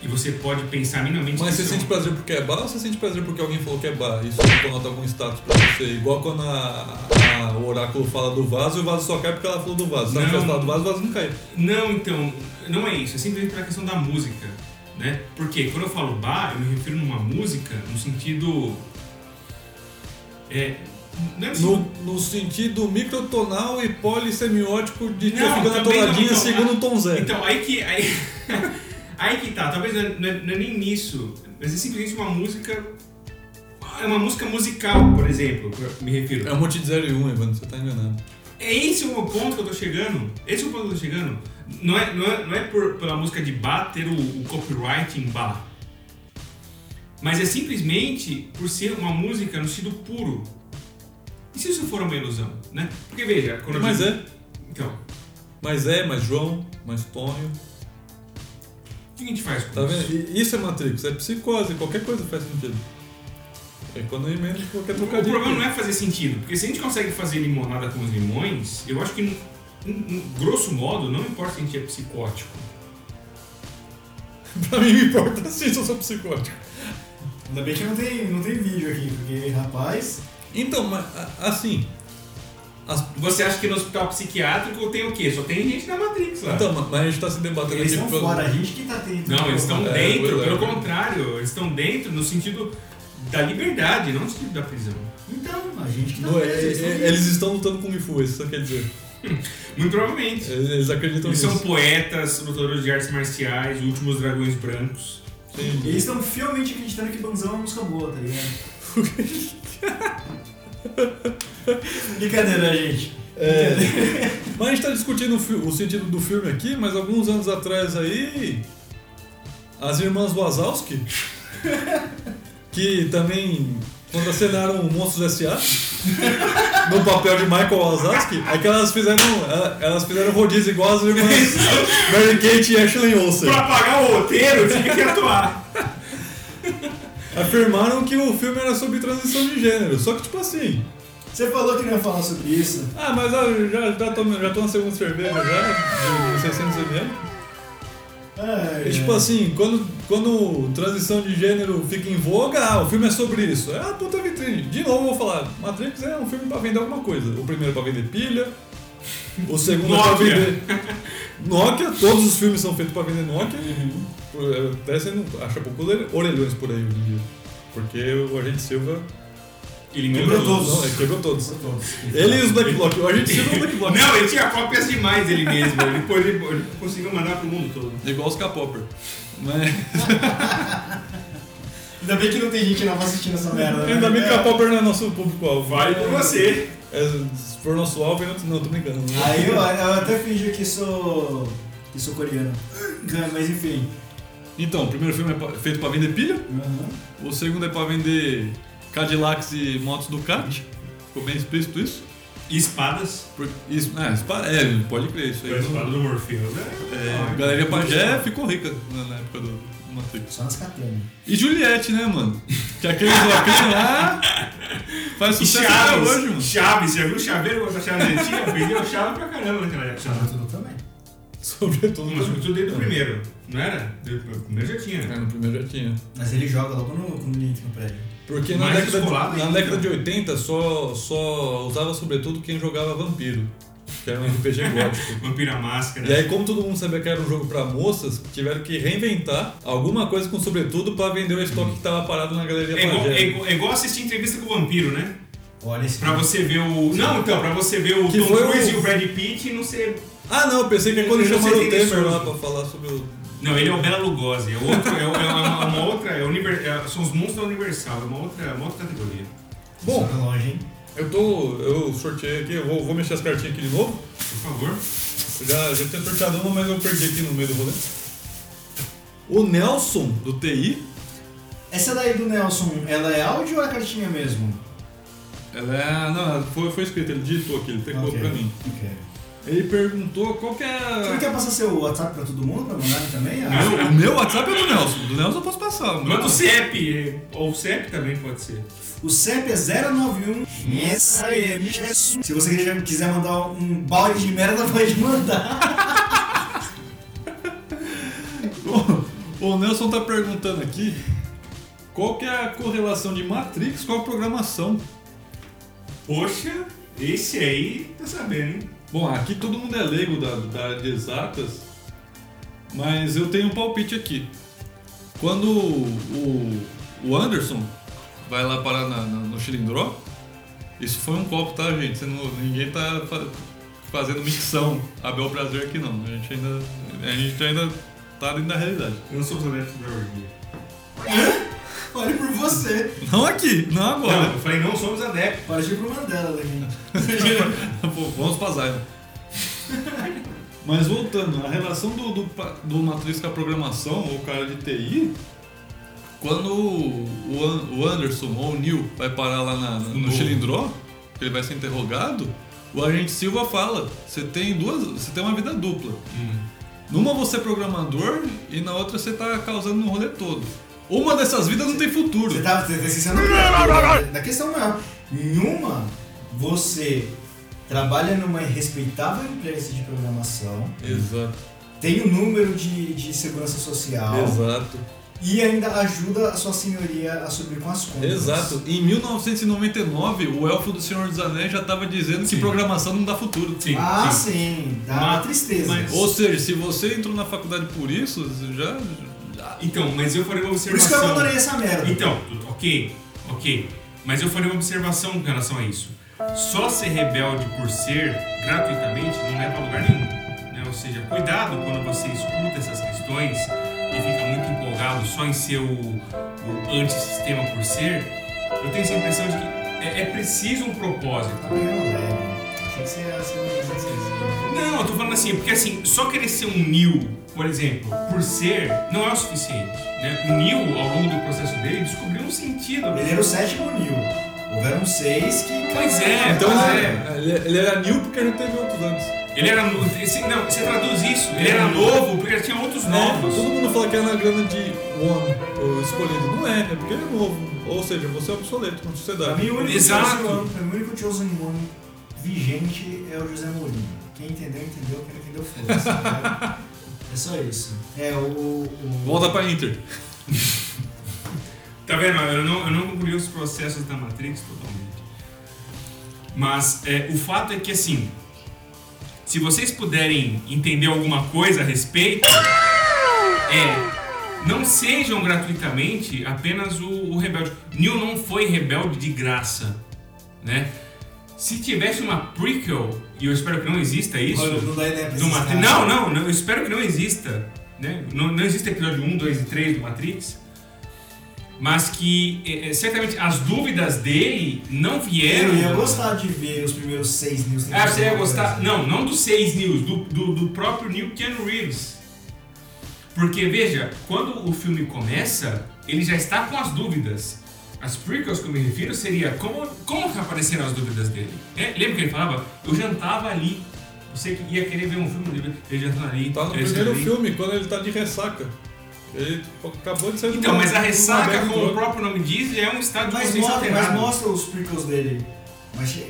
[SPEAKER 6] e você pode pensar minimamente
[SPEAKER 5] Mas
[SPEAKER 6] que
[SPEAKER 5] você
[SPEAKER 6] isso é
[SPEAKER 5] sente
[SPEAKER 6] um-
[SPEAKER 5] prazer porque é bar ou você sente prazer porque alguém falou que é bar? Isso conota algum status pra você. Igual quando a, a- o oráculo fala do vaso e o vaso só cai porque ela falou do vaso. Se ela
[SPEAKER 6] Não.
[SPEAKER 5] tivesse falado do vaso, o vaso não cai.
[SPEAKER 6] Não, então, não é isso. É simplesmente pela questão da música, né? Porque quando eu falo bar, eu me refiro numa música no sentido... É... Não
[SPEAKER 5] No,
[SPEAKER 6] é no sentido-
[SPEAKER 5] no sentido microtonal e polissemiótico de ter
[SPEAKER 6] Não,
[SPEAKER 5] ficando
[SPEAKER 6] também não,
[SPEAKER 5] tonadinha
[SPEAKER 6] então,
[SPEAKER 5] segundo
[SPEAKER 6] ah,
[SPEAKER 5] o tom zero.
[SPEAKER 6] Então, aí que... Aí, aí que tá. Talvez não é, não é- não é nem nisso. Mas é simplesmente uma música... É uma música musical, por exemplo, que eu me refiro.
[SPEAKER 5] É um monte de 0 e 1, um, Evandro, você tá enganado.
[SPEAKER 6] É esse o ponto que eu tô chegando. Esse é o ponto que eu tô chegando. Não é, não é, não é por, pela música de bar ter o, o copyright em bar. Mas é simplesmente por ser uma música no sentido puro. E se isso for uma ilusão, né? Porque veja, quando eu
[SPEAKER 5] Mas
[SPEAKER 6] digo-
[SPEAKER 5] é,
[SPEAKER 6] Então,
[SPEAKER 5] mas é, mas João, mas Tonho.
[SPEAKER 6] o que a gente faz com
[SPEAKER 5] Tá
[SPEAKER 6] isso?
[SPEAKER 5] vendo? E- Isso é Matrix, é psicose, qualquer coisa faz sentido. É quando eu emendo qualquer
[SPEAKER 6] O
[SPEAKER 5] trocadilho.
[SPEAKER 6] problema não é fazer sentido, porque se a gente consegue fazer limonada com os limões, eu acho que, n- n- n- grosso modo, não importa se a gente é psicótico.
[SPEAKER 5] pra mim me importa sim se eu sou psicótico.
[SPEAKER 6] um-
[SPEAKER 4] Ainda bem que não tem, não tem vídeo aqui, porque, rapaz.
[SPEAKER 5] Então, mas a- assim. as-
[SPEAKER 6] Você acha que no hospital psiquiátrico tem o quê? Só tem gente da Matrix lá.
[SPEAKER 5] então, mas- mas a gente tá se debatendo
[SPEAKER 4] Eles
[SPEAKER 5] aqui.
[SPEAKER 4] estão
[SPEAKER 5] pelo-
[SPEAKER 4] fora, a gente que tá tendo.
[SPEAKER 6] Não, eles estão
[SPEAKER 5] É,
[SPEAKER 6] dentro,
[SPEAKER 5] pois é.
[SPEAKER 6] pelo contrário, eles estão dentro no sentido da liberdade, não no sentido da prisão.
[SPEAKER 4] Então, a gente que tá
[SPEAKER 5] Não, é- é-
[SPEAKER 4] preso, eles estão
[SPEAKER 5] é-
[SPEAKER 4] livres.
[SPEAKER 5] eles estão lutando com o Mifu, isso só quer dizer.
[SPEAKER 6] Muito provavelmente.
[SPEAKER 5] Eles, eles acreditam
[SPEAKER 6] Eles são
[SPEAKER 5] nisso.
[SPEAKER 6] poetas, lutadores de artes marciais, últimos dragões brancos.
[SPEAKER 5] Sim.
[SPEAKER 4] Eles estão fielmente acreditando que Banzão é uma música boa, tá ligado? Brincadeira, né, gente.
[SPEAKER 5] É. mas a gente tá discutindo o, fi- o sentido do filme aqui, mas alguns anos atrás aí. As irmãs Wazowski, que também contracenaram o Monstros S.A. no papel de Michael Wazowski, é que elas fizeram, ela- elas fizeram rodízio igual as irmãs Mary Kate e Ashley Olsen.
[SPEAKER 6] Pra pagar o roteiro, tinha que atuar.
[SPEAKER 5] Afirmaram que o filme era sobre transição de gênero. Só que, tipo assim,
[SPEAKER 4] Você falou que não ia falar sobre isso.
[SPEAKER 5] ah, mas ah, já, já, tô, já tô na segunda cerveja já, de 600 ml.
[SPEAKER 4] Ai,
[SPEAKER 5] E, tipo
[SPEAKER 4] ai.
[SPEAKER 5] assim, quando, quando transição de gênero fica em voga, ah, o filme é sobre isso. É uma puta vitrine. De novo, eu vou falar, Matrix é um filme pra vender alguma coisa. O primeiro é pra vender pilha, o segundo é pra
[SPEAKER 6] Nokia.
[SPEAKER 5] vender Nokia. Todos os filmes são feitos pra vender Nokia. Por- Até você não acha pouco orel- orelhões é por aí hoje em dia. Porque o Agente Silva...
[SPEAKER 6] Ele
[SPEAKER 4] Quebrou
[SPEAKER 6] quebrou
[SPEAKER 4] todos.
[SPEAKER 6] todos.
[SPEAKER 5] Não, ele quebrou todos.
[SPEAKER 4] Pra todos.
[SPEAKER 5] Ele e os Black Block. O Agente Silva é o Black Block.
[SPEAKER 6] Não, ele tinha cópias demais dele mesmo. Ele, pôde- ele conseguiu mandar pro mundo todo.
[SPEAKER 11] Igual os K-Popper. Mas,
[SPEAKER 4] Ainda bem que não tem gente nova assistindo essa merda. né?
[SPEAKER 5] Ainda bem que a Popper não é nosso é público-alvo.
[SPEAKER 6] Vale por você.
[SPEAKER 9] é, se for nosso
[SPEAKER 5] é
[SPEAKER 9] alvo, eu, não, tô brincando.
[SPEAKER 4] Aí eu, eu até fingi que sou. que sou coreano. Hum, Mas enfim.
[SPEAKER 5] Então, o primeiro filme é pa- feito pra vender pilha,
[SPEAKER 4] Uhum,
[SPEAKER 5] o segundo é pra vender Cadillacs e motos Ducati. Ficou bem explícito isso.
[SPEAKER 6] E espadas.
[SPEAKER 5] Por- Isso, é, espa- é, pode crer, isso aí.
[SPEAKER 6] A espada
[SPEAKER 5] não-
[SPEAKER 6] do Morpheus, né?
[SPEAKER 5] É, a galeria
[SPEAKER 6] então tá
[SPEAKER 5] Pajé ficou rica na, na época do, do Matrix.
[SPEAKER 4] Só nas catenas.
[SPEAKER 5] E Juliette, né, mano? Que aquele bloquinho lá faz
[SPEAKER 6] E
[SPEAKER 5] sucesso até
[SPEAKER 6] Chaves,
[SPEAKER 5] hoje, mano.
[SPEAKER 6] Chaves, você já viu o chaveiro quando a Chaves tinha? Vendeu chave pra caramba naquela época.
[SPEAKER 4] Mas tudo também.
[SPEAKER 9] Sobretudo
[SPEAKER 6] Mas
[SPEAKER 9] no,
[SPEAKER 6] sobretudo desde o primeiro, não era? Desde o primeiro já tinha.
[SPEAKER 9] é,
[SPEAKER 6] né?
[SPEAKER 9] no primeiro já tinha.
[SPEAKER 4] Mas ele joga logo no, quando ele entra no prédio.
[SPEAKER 9] Porque na
[SPEAKER 6] Mais
[SPEAKER 9] década, de,
[SPEAKER 6] descolado
[SPEAKER 9] na
[SPEAKER 6] ainda.
[SPEAKER 9] década de 80 só, só usava sobretudo quem jogava Vampiro, que era um RPG
[SPEAKER 5] É.
[SPEAKER 9] gótico.
[SPEAKER 6] Vampira Máscara.
[SPEAKER 9] E aí, como todo mundo sabia que era um jogo pra moças, tiveram que reinventar alguma coisa com sobretudo pra vender o estoque que tava parado na galeria
[SPEAKER 6] É igual, é
[SPEAKER 9] Pajé.
[SPEAKER 6] igual- é igual assistir entrevista com o vampiro, né?
[SPEAKER 4] Olha esse
[SPEAKER 6] Pra
[SPEAKER 4] cara.
[SPEAKER 6] você ver o. Não, então, pra você ver o
[SPEAKER 9] Que
[SPEAKER 6] Tom
[SPEAKER 9] foi o-
[SPEAKER 6] Cruise e o Brad Pitt e não ser.
[SPEAKER 9] Ah, não, eu pensei que é quando
[SPEAKER 6] Eu não sei
[SPEAKER 9] chamaram o
[SPEAKER 6] quem é
[SPEAKER 9] Temer
[SPEAKER 6] isso.
[SPEAKER 9] lá pra falar sobre o.
[SPEAKER 6] Não, ele é o Bela Lugosi, é, outro, é, o- é uma, uma outra. É univer- é- são os monstros da Universal, é uma outra, uma outra categoria.
[SPEAKER 9] Bom,
[SPEAKER 4] Joga longe, hein?
[SPEAKER 9] eu tô. Eu sorteei aqui, eu vou, vou mexer as cartinhas aqui de novo.
[SPEAKER 6] Por favor.
[SPEAKER 9] Eu já, já tinha sorteado uma, mas eu perdi aqui no meio do rolê. O Nelson, do TI,
[SPEAKER 4] Essa daí do Nelson, ela é áudio ou é cartinha mesmo?
[SPEAKER 5] Ela é. Não, foi, foi escrito, ele digitou aqui, ele teclou
[SPEAKER 4] Ok.
[SPEAKER 5] pra mim.
[SPEAKER 4] Ok.
[SPEAKER 5] Ele perguntou qual que é.
[SPEAKER 4] Você não quer passar seu WhatsApp pra todo mundo pra mandarem também? Ah,
[SPEAKER 5] O meu WhatsApp é do Nelson. Do Nelson eu posso passar. o meu
[SPEAKER 6] Manda o
[SPEAKER 5] não.
[SPEAKER 6] CEP, é- ou o CEP também pode ser.
[SPEAKER 4] O CEP é 091. Se você quiser- quiser mandar um balde de merda, pode mandar.
[SPEAKER 5] O o Nelson tá perguntando aqui qual que é a correlação de Matrix com a programação.
[SPEAKER 6] Poxa, esse aí tá sabendo, hein?
[SPEAKER 5] Bom, aqui todo mundo é leigo da, da área de exatas, mas eu tenho um palpite aqui. Quando o, o Anderson vai lá parar na- na- no Chilindró, isso foi um copo, tá, gente? Você não- ninguém tá fa- fazendo micção a bel prazer aqui, não. A gente ainda, a gente ainda tá dentro da realidade.
[SPEAKER 6] Eu não sou adepto da orgia.
[SPEAKER 4] Olha por você.
[SPEAKER 5] Não aqui, não agora.
[SPEAKER 6] Não, eu falei, não somos adeptos.
[SPEAKER 4] Partiu pro Mandela, né?
[SPEAKER 5] Pô, Vamos pra Zion. Mas voltando, a relação do, do, pa- do Matrix com a programação, ou o cara de TI, quando o, o An- o Anderson ou o Neil vai parar lá na- na- no
[SPEAKER 6] No.
[SPEAKER 5] Chilindró, que ele vai ser interrogado, o agente Silva fala, você tem duas. Você tem uma vida dupla. Numa você é programador e na outra você tá causando um rolê todo. Uma dessas vidas não tem futuro.
[SPEAKER 4] Você tá, você tá esquecendo da, da questão maior. Numa, você trabalha numa respeitável empresa de programação,
[SPEAKER 9] Exato.
[SPEAKER 4] tem o número de, de segurança social
[SPEAKER 9] Exato.
[SPEAKER 4] e ainda ajuda a sua senhoria a subir com as contas.
[SPEAKER 9] Exato.
[SPEAKER 5] Em 1999, o elfo do Senhor dos Anéis já estava dizendo que programação não dá futuro.
[SPEAKER 6] Sim,
[SPEAKER 4] Ah,
[SPEAKER 6] sim.
[SPEAKER 4] sim, dá uma
[SPEAKER 6] Mas-
[SPEAKER 4] tristeza.
[SPEAKER 6] mas-
[SPEAKER 5] Ou seja, se você entrou na faculdade por isso, você já. já-
[SPEAKER 6] Então, mas eu falei uma observação.
[SPEAKER 4] Por isso que eu abandonei essa merda.
[SPEAKER 6] Então, tu- ok, ok. Mas eu farei uma observação com relação a isso. Só ser rebelde por ser gratuitamente não leva a lugar nenhum. né? Ou seja, cuidado quando você escuta essas questões e fica muito empolgado só em ser o, o antissistema por ser. Eu tenho essa impressão de que é, é preciso um propósito.
[SPEAKER 4] Tá pegando leve. Achei que você ia ser um exercício.
[SPEAKER 6] Não, eu tô falando assim, porque assim, só querer ser um Neo, por exemplo, por ser, não é o suficiente. Né? O Neo, ao longo do processo dele, descobriu um sentido.
[SPEAKER 4] Ele era o sétimo Nil. Houveram seis que.
[SPEAKER 6] Pois é,
[SPEAKER 9] Então
[SPEAKER 6] pois
[SPEAKER 9] ele,
[SPEAKER 6] é.
[SPEAKER 9] ele- ele era new porque não teve outros antes.
[SPEAKER 6] Ele era novo. Não, você traduz isso. Ele era novo porque tinha outros novos.
[SPEAKER 9] Todo mundo fala que é na grana de
[SPEAKER 5] um
[SPEAKER 9] One, ou escolhido. Não é, é porque ele é novo. Ou seja, você é obsoleto na
[SPEAKER 4] Pra
[SPEAKER 9] sociedade.
[SPEAKER 4] mim, o único
[SPEAKER 6] Exato.
[SPEAKER 4] Chosen One- pra mim, o único Chosen One vigente é o José Mourinho. Quem entendeu, entendeu. Quem não entendeu, foda-se. né? é só isso. É o. o-
[SPEAKER 5] Volta pra Inter.
[SPEAKER 6] Tá vendo? Eu não, eu não concluí os processos da Matrix totalmente. Mas é, o fato é que, assim, se vocês puderem entender alguma coisa a respeito, é. Não sejam gratuitamente apenas o, o rebelde. Neo não foi rebelde de graça, né? Se tivesse uma prequel, e eu espero que não exista isso.
[SPEAKER 4] Olha, não dá ideia pra
[SPEAKER 6] do
[SPEAKER 4] esses
[SPEAKER 6] Matrix.
[SPEAKER 4] caras.
[SPEAKER 6] Não, não, não, eu um, espero que não exista. Né? Não, não existe episódio 1, 2 e 3 do Matrix. Mas que é, é, certamente as dúvidas dele não vieram.
[SPEAKER 4] Eu ia gostar de ver os primeiros seis news.
[SPEAKER 6] Ah, você é. ia gostar. Não, não do 6 News, do, do, do próprio New Keanu Reeves. Porque, veja, quando o filme começa, ele já está com as dúvidas. As prequels que eu me refiro seria como, como que apareceram as dúvidas dele. É, lembra que ele falava? Eu jantava ali. Você que ia querer ver um filme, ele- ele jantava ali.
[SPEAKER 5] Tá no
[SPEAKER 6] ele
[SPEAKER 5] primeiro
[SPEAKER 6] ali.
[SPEAKER 5] filme, quando ele tá de ressaca. Ele acabou de sair do
[SPEAKER 6] Então,
[SPEAKER 5] bar-
[SPEAKER 6] mas a
[SPEAKER 5] do bar
[SPEAKER 6] ressaca,
[SPEAKER 5] um do
[SPEAKER 6] como o
[SPEAKER 5] outro.
[SPEAKER 6] próprio nome diz, é um estado de
[SPEAKER 4] Mas
[SPEAKER 6] consciência
[SPEAKER 4] mostra, mas
[SPEAKER 6] alterada.
[SPEAKER 4] mostra os prequels dele. Mas che-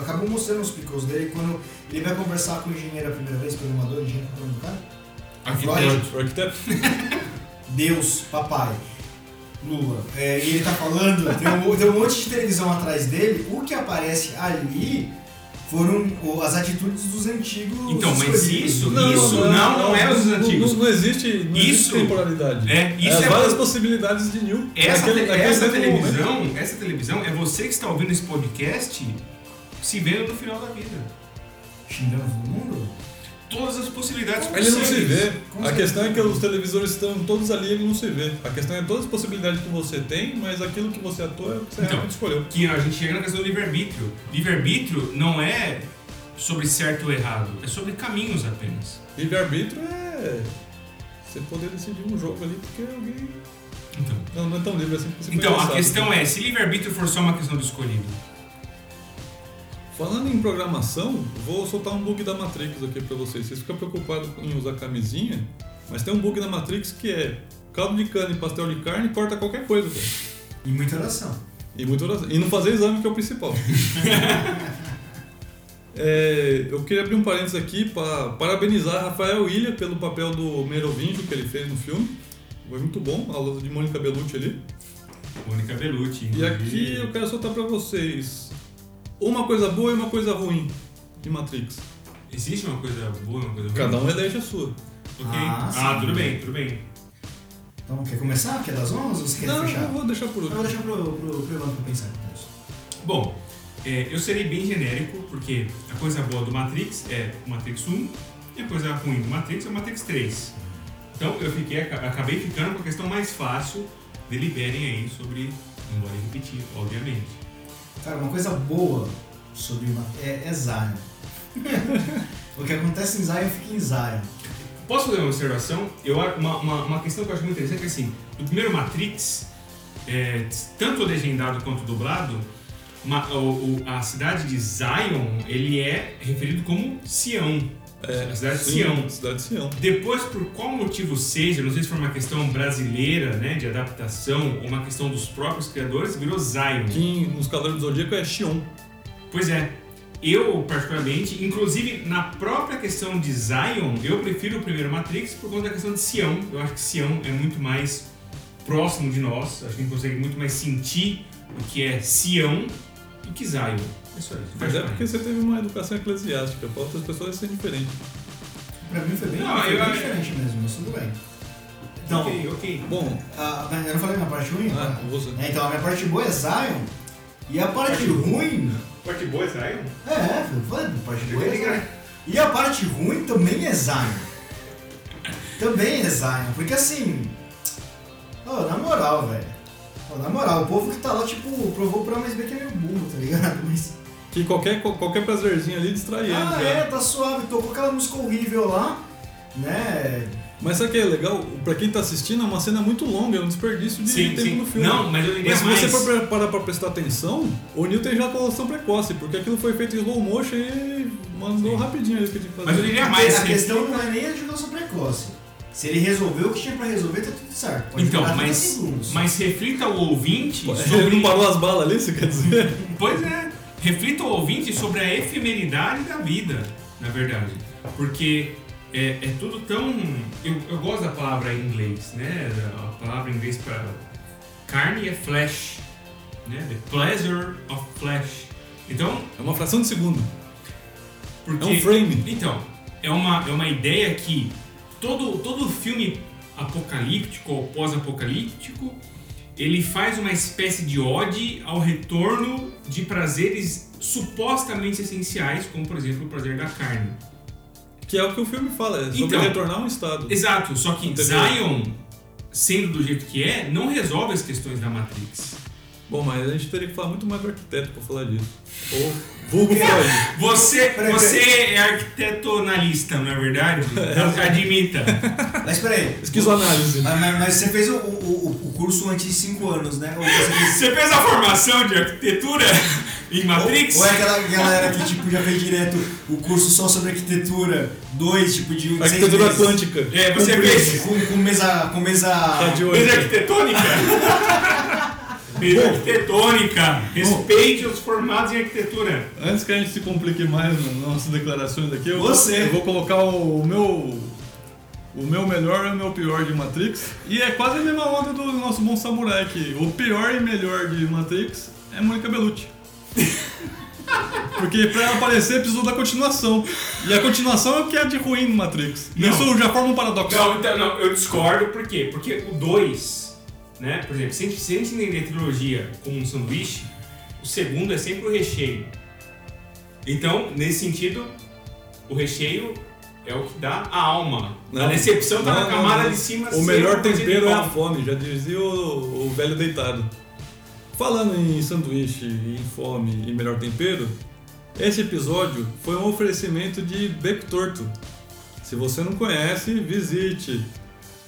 [SPEAKER 4] acabou mostrando os prequels dele quando ele vai conversar com o engenheiro a primeira vez, programador, engenheiro, com o nome do cara?
[SPEAKER 6] Arquiteto.
[SPEAKER 5] O arquiteto
[SPEAKER 4] Deus, papai, Lula. É, e ele tá falando, tem um, tem um monte de televisão atrás dele. O que aparece ali foram o- as atitudes dos antigos.
[SPEAKER 6] Então, mas
[SPEAKER 4] escolhidos.
[SPEAKER 6] isso- isso não- não é os antigos.
[SPEAKER 5] Não, não existe, não
[SPEAKER 6] Isso-
[SPEAKER 5] existe temporalidade.
[SPEAKER 6] É, isso
[SPEAKER 5] é,
[SPEAKER 6] é-
[SPEAKER 5] várias possibilidades de New.
[SPEAKER 6] Essa,
[SPEAKER 5] Naquele-
[SPEAKER 6] te-
[SPEAKER 5] naquele
[SPEAKER 6] essa
[SPEAKER 5] mesmo é momento. né?
[SPEAKER 6] televisão, essa televisão é você que está ouvindo esse podcast se vendo no final da vida.
[SPEAKER 4] Xingando todo mundo?
[SPEAKER 6] Todas as possibilidades
[SPEAKER 5] Ele não se
[SPEAKER 6] possíveis.
[SPEAKER 5] vê.
[SPEAKER 4] Com
[SPEAKER 5] A
[SPEAKER 4] certeza.
[SPEAKER 5] questão é que os televisores estão todos ali e ele não se vê. A questão é todas as possibilidades que você tem, mas aquilo que você atua é o que você
[SPEAKER 6] Então.
[SPEAKER 5] realmente escolheu.
[SPEAKER 6] que a gente chega na questão do livre-arbítrio. Livre-arbítrio não é sobre certo ou errado, é sobre caminhos apenas.
[SPEAKER 5] Livre-arbítrio é você poder decidir um jogo ali porque alguém.
[SPEAKER 6] Então,
[SPEAKER 5] Não, não é tão livre assim porque você foi
[SPEAKER 6] então a
[SPEAKER 5] forçado.
[SPEAKER 6] questão é, se livre-arbítrio for só uma questão do escolhido,
[SPEAKER 5] Falando em programação, vou soltar um bug da Matrix aqui pra vocês. Vocês ficam preocupados em usar camisinha, mas tem um bug na Matrix que é caldo de cana e pastel de carne corta qualquer coisa, cara.
[SPEAKER 4] E muita oração.
[SPEAKER 5] E, muito oração. e não fazer exame, que é o principal. É, eu queria abrir um parênteses aqui para parabenizar Rafael Ilha pelo papel do Merovingio que ele fez no filme. Foi muito bom, a luta de Mônica Bellucci ali.
[SPEAKER 6] Mônica Bellucci.
[SPEAKER 5] E aqui eu quero soltar para vocês uma coisa boa e uma coisa ruim de Matrix.
[SPEAKER 6] Existe uma coisa boa, uma coisa ruim?
[SPEAKER 5] Cada um elege a sua.
[SPEAKER 6] Ok.
[SPEAKER 4] Ah,
[SPEAKER 6] Ah,
[SPEAKER 4] sim.
[SPEAKER 6] tudo bem, tudo bem.
[SPEAKER 4] Então, quer começar? Quer das 11 ou você quer
[SPEAKER 5] Não,
[SPEAKER 4] fechar?
[SPEAKER 5] eu vou deixar por
[SPEAKER 4] Eu
[SPEAKER 5] último.
[SPEAKER 4] vou deixar pro, pro, pro Evandro pra pensar.
[SPEAKER 6] Bom, é, eu serei bem genérico, porque a coisa boa do Matrix é o Matrix 1 e a coisa ruim do Matrix é o Matrix 3. Então eu fiquei, aca- acabei ficando com a questão mais fácil, deliberem aí sobre, não vou repetir, obviamente.
[SPEAKER 4] Cara, uma coisa boa sobre uma, é, é Zion. o que acontece em Zion fica em Zion.
[SPEAKER 6] Posso fazer uma observação? Eu, a- uma, uma, uma questão que eu acho muito interessante é assim, no primeiro Matrix, é, tanto legendado quanto dublado, ma- o- o- a cidade de Zion, ele é referido como Sião. a cidade de Sião.
[SPEAKER 5] Cidade de Sião.
[SPEAKER 6] Depois, por qual motivo seja, não sei se foi uma questão brasileira, né, de adaptação, ou uma questão dos próprios criadores, virou Zion.
[SPEAKER 5] Que nos Cavaleiros do Zodíaco é Xion.
[SPEAKER 6] Pois é, eu particularmente, inclusive na própria questão de Zion, eu prefiro o primeiro Matrix por conta da questão de Sião. Eu acho que Sião é muito mais próximo de nós, acho que a gente consegue muito mais sentir o que é Sião do que Zion. É só isso.
[SPEAKER 5] Mas é porque você teve uma educação eclesiástica. Para outras pessoas isso é diferente.
[SPEAKER 4] Pra mim foi bem,
[SPEAKER 6] Não,
[SPEAKER 4] foi
[SPEAKER 6] eu-
[SPEAKER 4] bem diferente mesmo, mas tudo bem. Então,
[SPEAKER 6] Ok, ok.
[SPEAKER 5] Bom,
[SPEAKER 4] a- eu não falei minha parte ruim?
[SPEAKER 5] Ah, você.
[SPEAKER 4] É, então, a minha parte boa é Zion. E a parte ruim.
[SPEAKER 6] Parte boa é Zion?
[SPEAKER 4] É, é, foi, a parte boa é Zion. E a parte ruim também é Zion. também é Zion. Porque assim. Ô, na moral, velho. Ô, na moral, o povo que tá lá, tipo, provou pra mais bem que é meio burro, tá ligado? Mas.
[SPEAKER 5] Que qualquer, qualquer prazerzinho ali distrai ele. né?
[SPEAKER 4] Ah,
[SPEAKER 5] já.
[SPEAKER 4] é, tá suave, tocou aquela música horrível lá, né?
[SPEAKER 5] Mas sabe o que é legal? Pra quem tá assistindo, é uma cena muito longa, é um desperdício de
[SPEAKER 6] Sim,
[SPEAKER 5] tempo
[SPEAKER 6] sim.
[SPEAKER 5] no filme.
[SPEAKER 6] Não, mas eu diria
[SPEAKER 5] Mas se
[SPEAKER 6] mais.
[SPEAKER 5] você for pre- parar pra prestar atenção, o Neil tem ejaculação precoce, porque aquilo foi feito em slow motion e mandou rapidinho ele que tinha que fazer.
[SPEAKER 6] Mas eu diria
[SPEAKER 4] A,
[SPEAKER 6] mais.
[SPEAKER 4] a
[SPEAKER 6] que-
[SPEAKER 4] questão não é nem a divulgação precoce. Se ele resolveu o que tinha pra resolver, tá tudo certo. Pode
[SPEAKER 6] Então,
[SPEAKER 4] durar 30
[SPEAKER 6] mas,
[SPEAKER 4] segundos.
[SPEAKER 6] mas reflita o ouvinte
[SPEAKER 5] É, Ele
[SPEAKER 6] sobre.
[SPEAKER 5] não parou as balas ali, você quer dizer?
[SPEAKER 6] Pois é, reflita o ouvinte sobre a efemeridade da vida, na verdade. Porque é, é tudo tão. Eu, eu gosto da palavra em inglês, né? A palavra em inglês para carne é flesh, né? The pleasure of flesh. Então,
[SPEAKER 5] É uma fração de segundo.
[SPEAKER 6] porque,
[SPEAKER 5] É um frame.
[SPEAKER 6] Então, é uma, é uma ideia que todo, todo filme apocalíptico ou pós-apocalíptico ele faz uma espécie de ode ao retorno de prazeres supostamente essenciais, como por exemplo o prazer da carne.
[SPEAKER 5] Que é o que o filme fala, é sobre
[SPEAKER 6] Então.
[SPEAKER 5] retornar a um estado.
[SPEAKER 6] Exato, só que
[SPEAKER 5] Entendeu?
[SPEAKER 6] Zion sendo do jeito que é, não resolve as questões da Matrix.
[SPEAKER 9] Bom, mas a gente teria que falar muito mais do arquiteto pra falar disso. Ou vulgo Freud.
[SPEAKER 6] Você,
[SPEAKER 4] Peraí,
[SPEAKER 6] você é arquitetonalista, não é verdade? Admita.
[SPEAKER 4] Mas peraí.
[SPEAKER 9] Esquizoanálise.
[SPEAKER 4] Mas, mas- mas você fez o, o, o- o curso antes de 5 anos, né? Ou, você fez-
[SPEAKER 6] Você fez a formação de arquitetura em Matrix?
[SPEAKER 4] ou é aquela galera que tipo, já fez direto o curso só sobre arquitetura 2, tipo de um
[SPEAKER 9] Arquitetura quântica.
[SPEAKER 6] É,
[SPEAKER 4] Você
[SPEAKER 6] você fez
[SPEAKER 4] com, com mesa. Com mesa.
[SPEAKER 9] Tá de
[SPEAKER 6] fez
[SPEAKER 9] olho.
[SPEAKER 6] arquitetônica? Fez arquitetônica. Respeite os formados em arquitetura.
[SPEAKER 5] É, Antes que a gente se complique mais nas nossas declarações aqui, eu,
[SPEAKER 4] Você.
[SPEAKER 5] eu vou colocar o, o meu. O meu melhor e o meu pior de Matrix. E é quase a mesma onda do nosso bom samurai aqui. O pior e melhor de Matrix é Mônica Bellucci. Porque pra ela aparecer precisou da continuação. E a continuação é o que é de ruim no Matrix.
[SPEAKER 6] Não.
[SPEAKER 5] Isso já forma um paradoxo.
[SPEAKER 6] Não, então, não, eu discordo, por quê? Porque o 2, né? Por exemplo, se a gente, se a gente entender a trilogia como um sanduíche, o segundo é sempre o recheio. Então, nesse sentido, o recheio é o que dá a alma.
[SPEAKER 9] Não.
[SPEAKER 6] a decepção tá
[SPEAKER 9] Não,
[SPEAKER 6] na
[SPEAKER 9] não,
[SPEAKER 6] camada
[SPEAKER 9] não.
[SPEAKER 6] de cima.
[SPEAKER 9] O
[SPEAKER 6] sempre
[SPEAKER 9] melhor
[SPEAKER 6] coisa de
[SPEAKER 9] tempero é a
[SPEAKER 6] bom.
[SPEAKER 9] fome, já dizia o, o velho deitado. Falando em sanduíche, em fome e melhor tempero, esse episódio foi um oferecimento de Beco Torto. Se você não conhece, visite.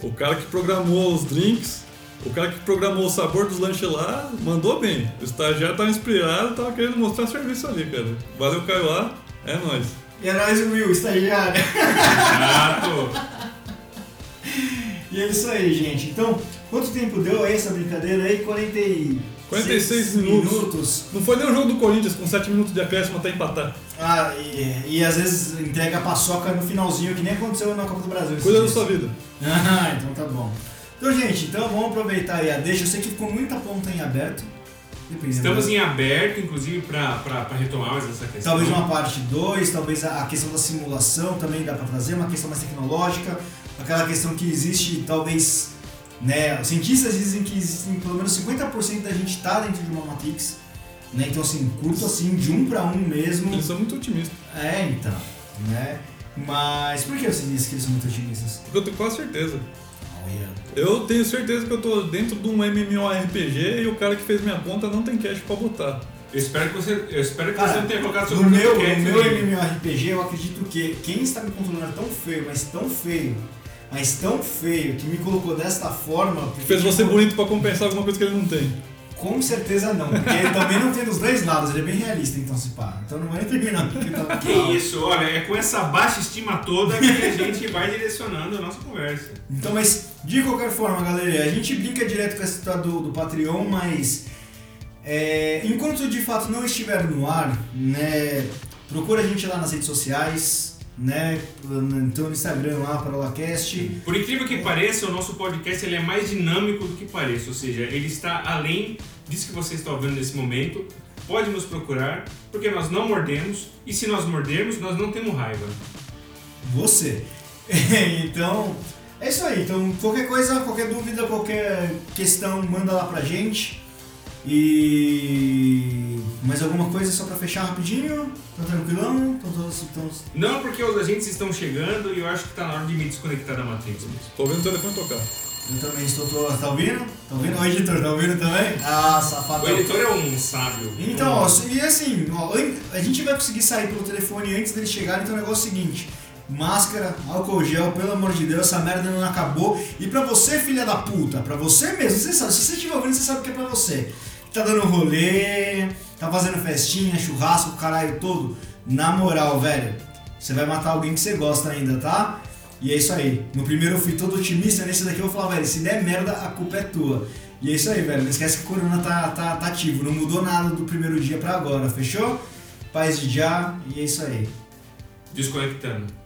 [SPEAKER 9] O cara que programou os drinks, o cara que programou o sabor dos lanches lá, mandou bem. O estagiário tava inspirado, tava querendo mostrar serviço ali, cara. Valeu, Caio lá, é nóis.
[SPEAKER 4] E é nóis, Will, estagiário.
[SPEAKER 6] Exato.
[SPEAKER 4] E é isso aí, gente. Então, quanto tempo deu aí essa brincadeira aí? 46,
[SPEAKER 9] 46 minutos.
[SPEAKER 4] minutos.
[SPEAKER 9] Não foi nem o jogo do Corinthians com 7 minutos de acréscimo até empatar.
[SPEAKER 4] Ah, e, e às vezes entrega a paçoca no finalzinho, que nem aconteceu na Copa do Brasil. esses
[SPEAKER 9] Cuida da
[SPEAKER 4] dias.
[SPEAKER 9] sua vida.
[SPEAKER 4] Ah, então tá bom. Então, gente, então vamos aproveitar aí a deixa. Eu sei que ficou muita ponta em aberto. Dependendo.
[SPEAKER 6] Estamos em aberto, inclusive, pra, pra, pra retomar mais essa questão.
[SPEAKER 4] Talvez uma parte 2, talvez a a questão da simulação também dá pra trazer, uma questão mais tecnológica, aquela questão que existe, talvez, né, os cientistas dizem que existem pelo menos 50% da gente tá dentro de uma Matrix, né, então assim, curto assim, de um pra um mesmo,
[SPEAKER 9] Eles são muito otimistas.
[SPEAKER 4] é, então, né, mas por que você disse que eles são muito otimistas?
[SPEAKER 9] Porque eu tenho quase certeza. Ah,
[SPEAKER 4] Olha,
[SPEAKER 9] Eu tenho certeza que eu tô dentro de um MMORPG e o cara que fez minha conta não tem cash pra botar.
[SPEAKER 6] Eu espero que você, eu espero que
[SPEAKER 4] Cara,
[SPEAKER 6] você não tenha colocado
[SPEAKER 4] No meu, no
[SPEAKER 6] podcast
[SPEAKER 9] né?
[SPEAKER 6] né?
[SPEAKER 4] meu
[SPEAKER 6] aí.
[SPEAKER 4] MMORPG, eu acredito que quem está me controlando é tão feio, mas tão feio, mas tão feio, que me colocou desta forma. porque,
[SPEAKER 9] Que fez você
[SPEAKER 4] tipo,
[SPEAKER 9] bonito pra compensar alguma coisa que ele não tem.
[SPEAKER 4] Com certeza não, porque ele também não tem dos dois lados, ele é bem realista, então se pá. Então não vai nem terminar o que ele tá
[SPEAKER 6] Que isso, olha, é com essa baixa estima toda que a gente vai direcionando a nossa conversa.
[SPEAKER 4] Então, mas de qualquer forma, galera, a gente brinca direto com essa história do, do Patreon, mas é, enquanto de fato não estiver no ar, né, procura a gente lá nas redes sociais, né, então no Instagram lá, Parolacast.
[SPEAKER 6] Por incrível que pareça, o nosso podcast ele é mais dinâmico do que pareça, ou seja, ele está além disso que você está ouvindo nesse momento. Pode nos procurar, porque nós não mordemos, e se nós mordermos, nós não temos raiva.
[SPEAKER 4] você. então, é isso aí. Então, qualquer coisa, qualquer dúvida, qualquer questão, manda lá pra gente. E mais alguma coisa só pra fechar rapidinho? Tá tranquilão? Tão todos, tão...
[SPEAKER 6] Não porque os agentes estão chegando e eu acho que está na hora de me desconectar da Matrix mesmo.
[SPEAKER 9] Tô vendo o telefone tocar.
[SPEAKER 4] Eu também estou. Tô, tá ouvindo? Tá ouvindo? O editor, tá ouvindo também? Ah, safado.
[SPEAKER 6] O editor é um sábio. um
[SPEAKER 4] Então, ó, e assim, ó, an- a gente vai conseguir sair pelo telefone antes deles chegarem, então o negócio é o seguinte. Máscara, álcool gel, pelo amor de Deus, essa merda não acabou. E pra você, filha da puta, pra você mesmo, você sabe, se você estiver ouvindo, você sabe que é pra você. Tá dando rolê, tá fazendo festinha, churrasco, caralho todo. Na moral, velho, você vai matar alguém que você gosta ainda, tá? E é isso aí. No primeiro eu fui todo otimista, nesse daqui eu vou falar, velho, se der merda, a culpa é tua. E é isso aí, velho. Não esquece que o Corona tá, tá, tá ativo. Não mudou nada do primeiro dia pra agora, fechou? Paz de já, e é isso aí.
[SPEAKER 6] Desconectando.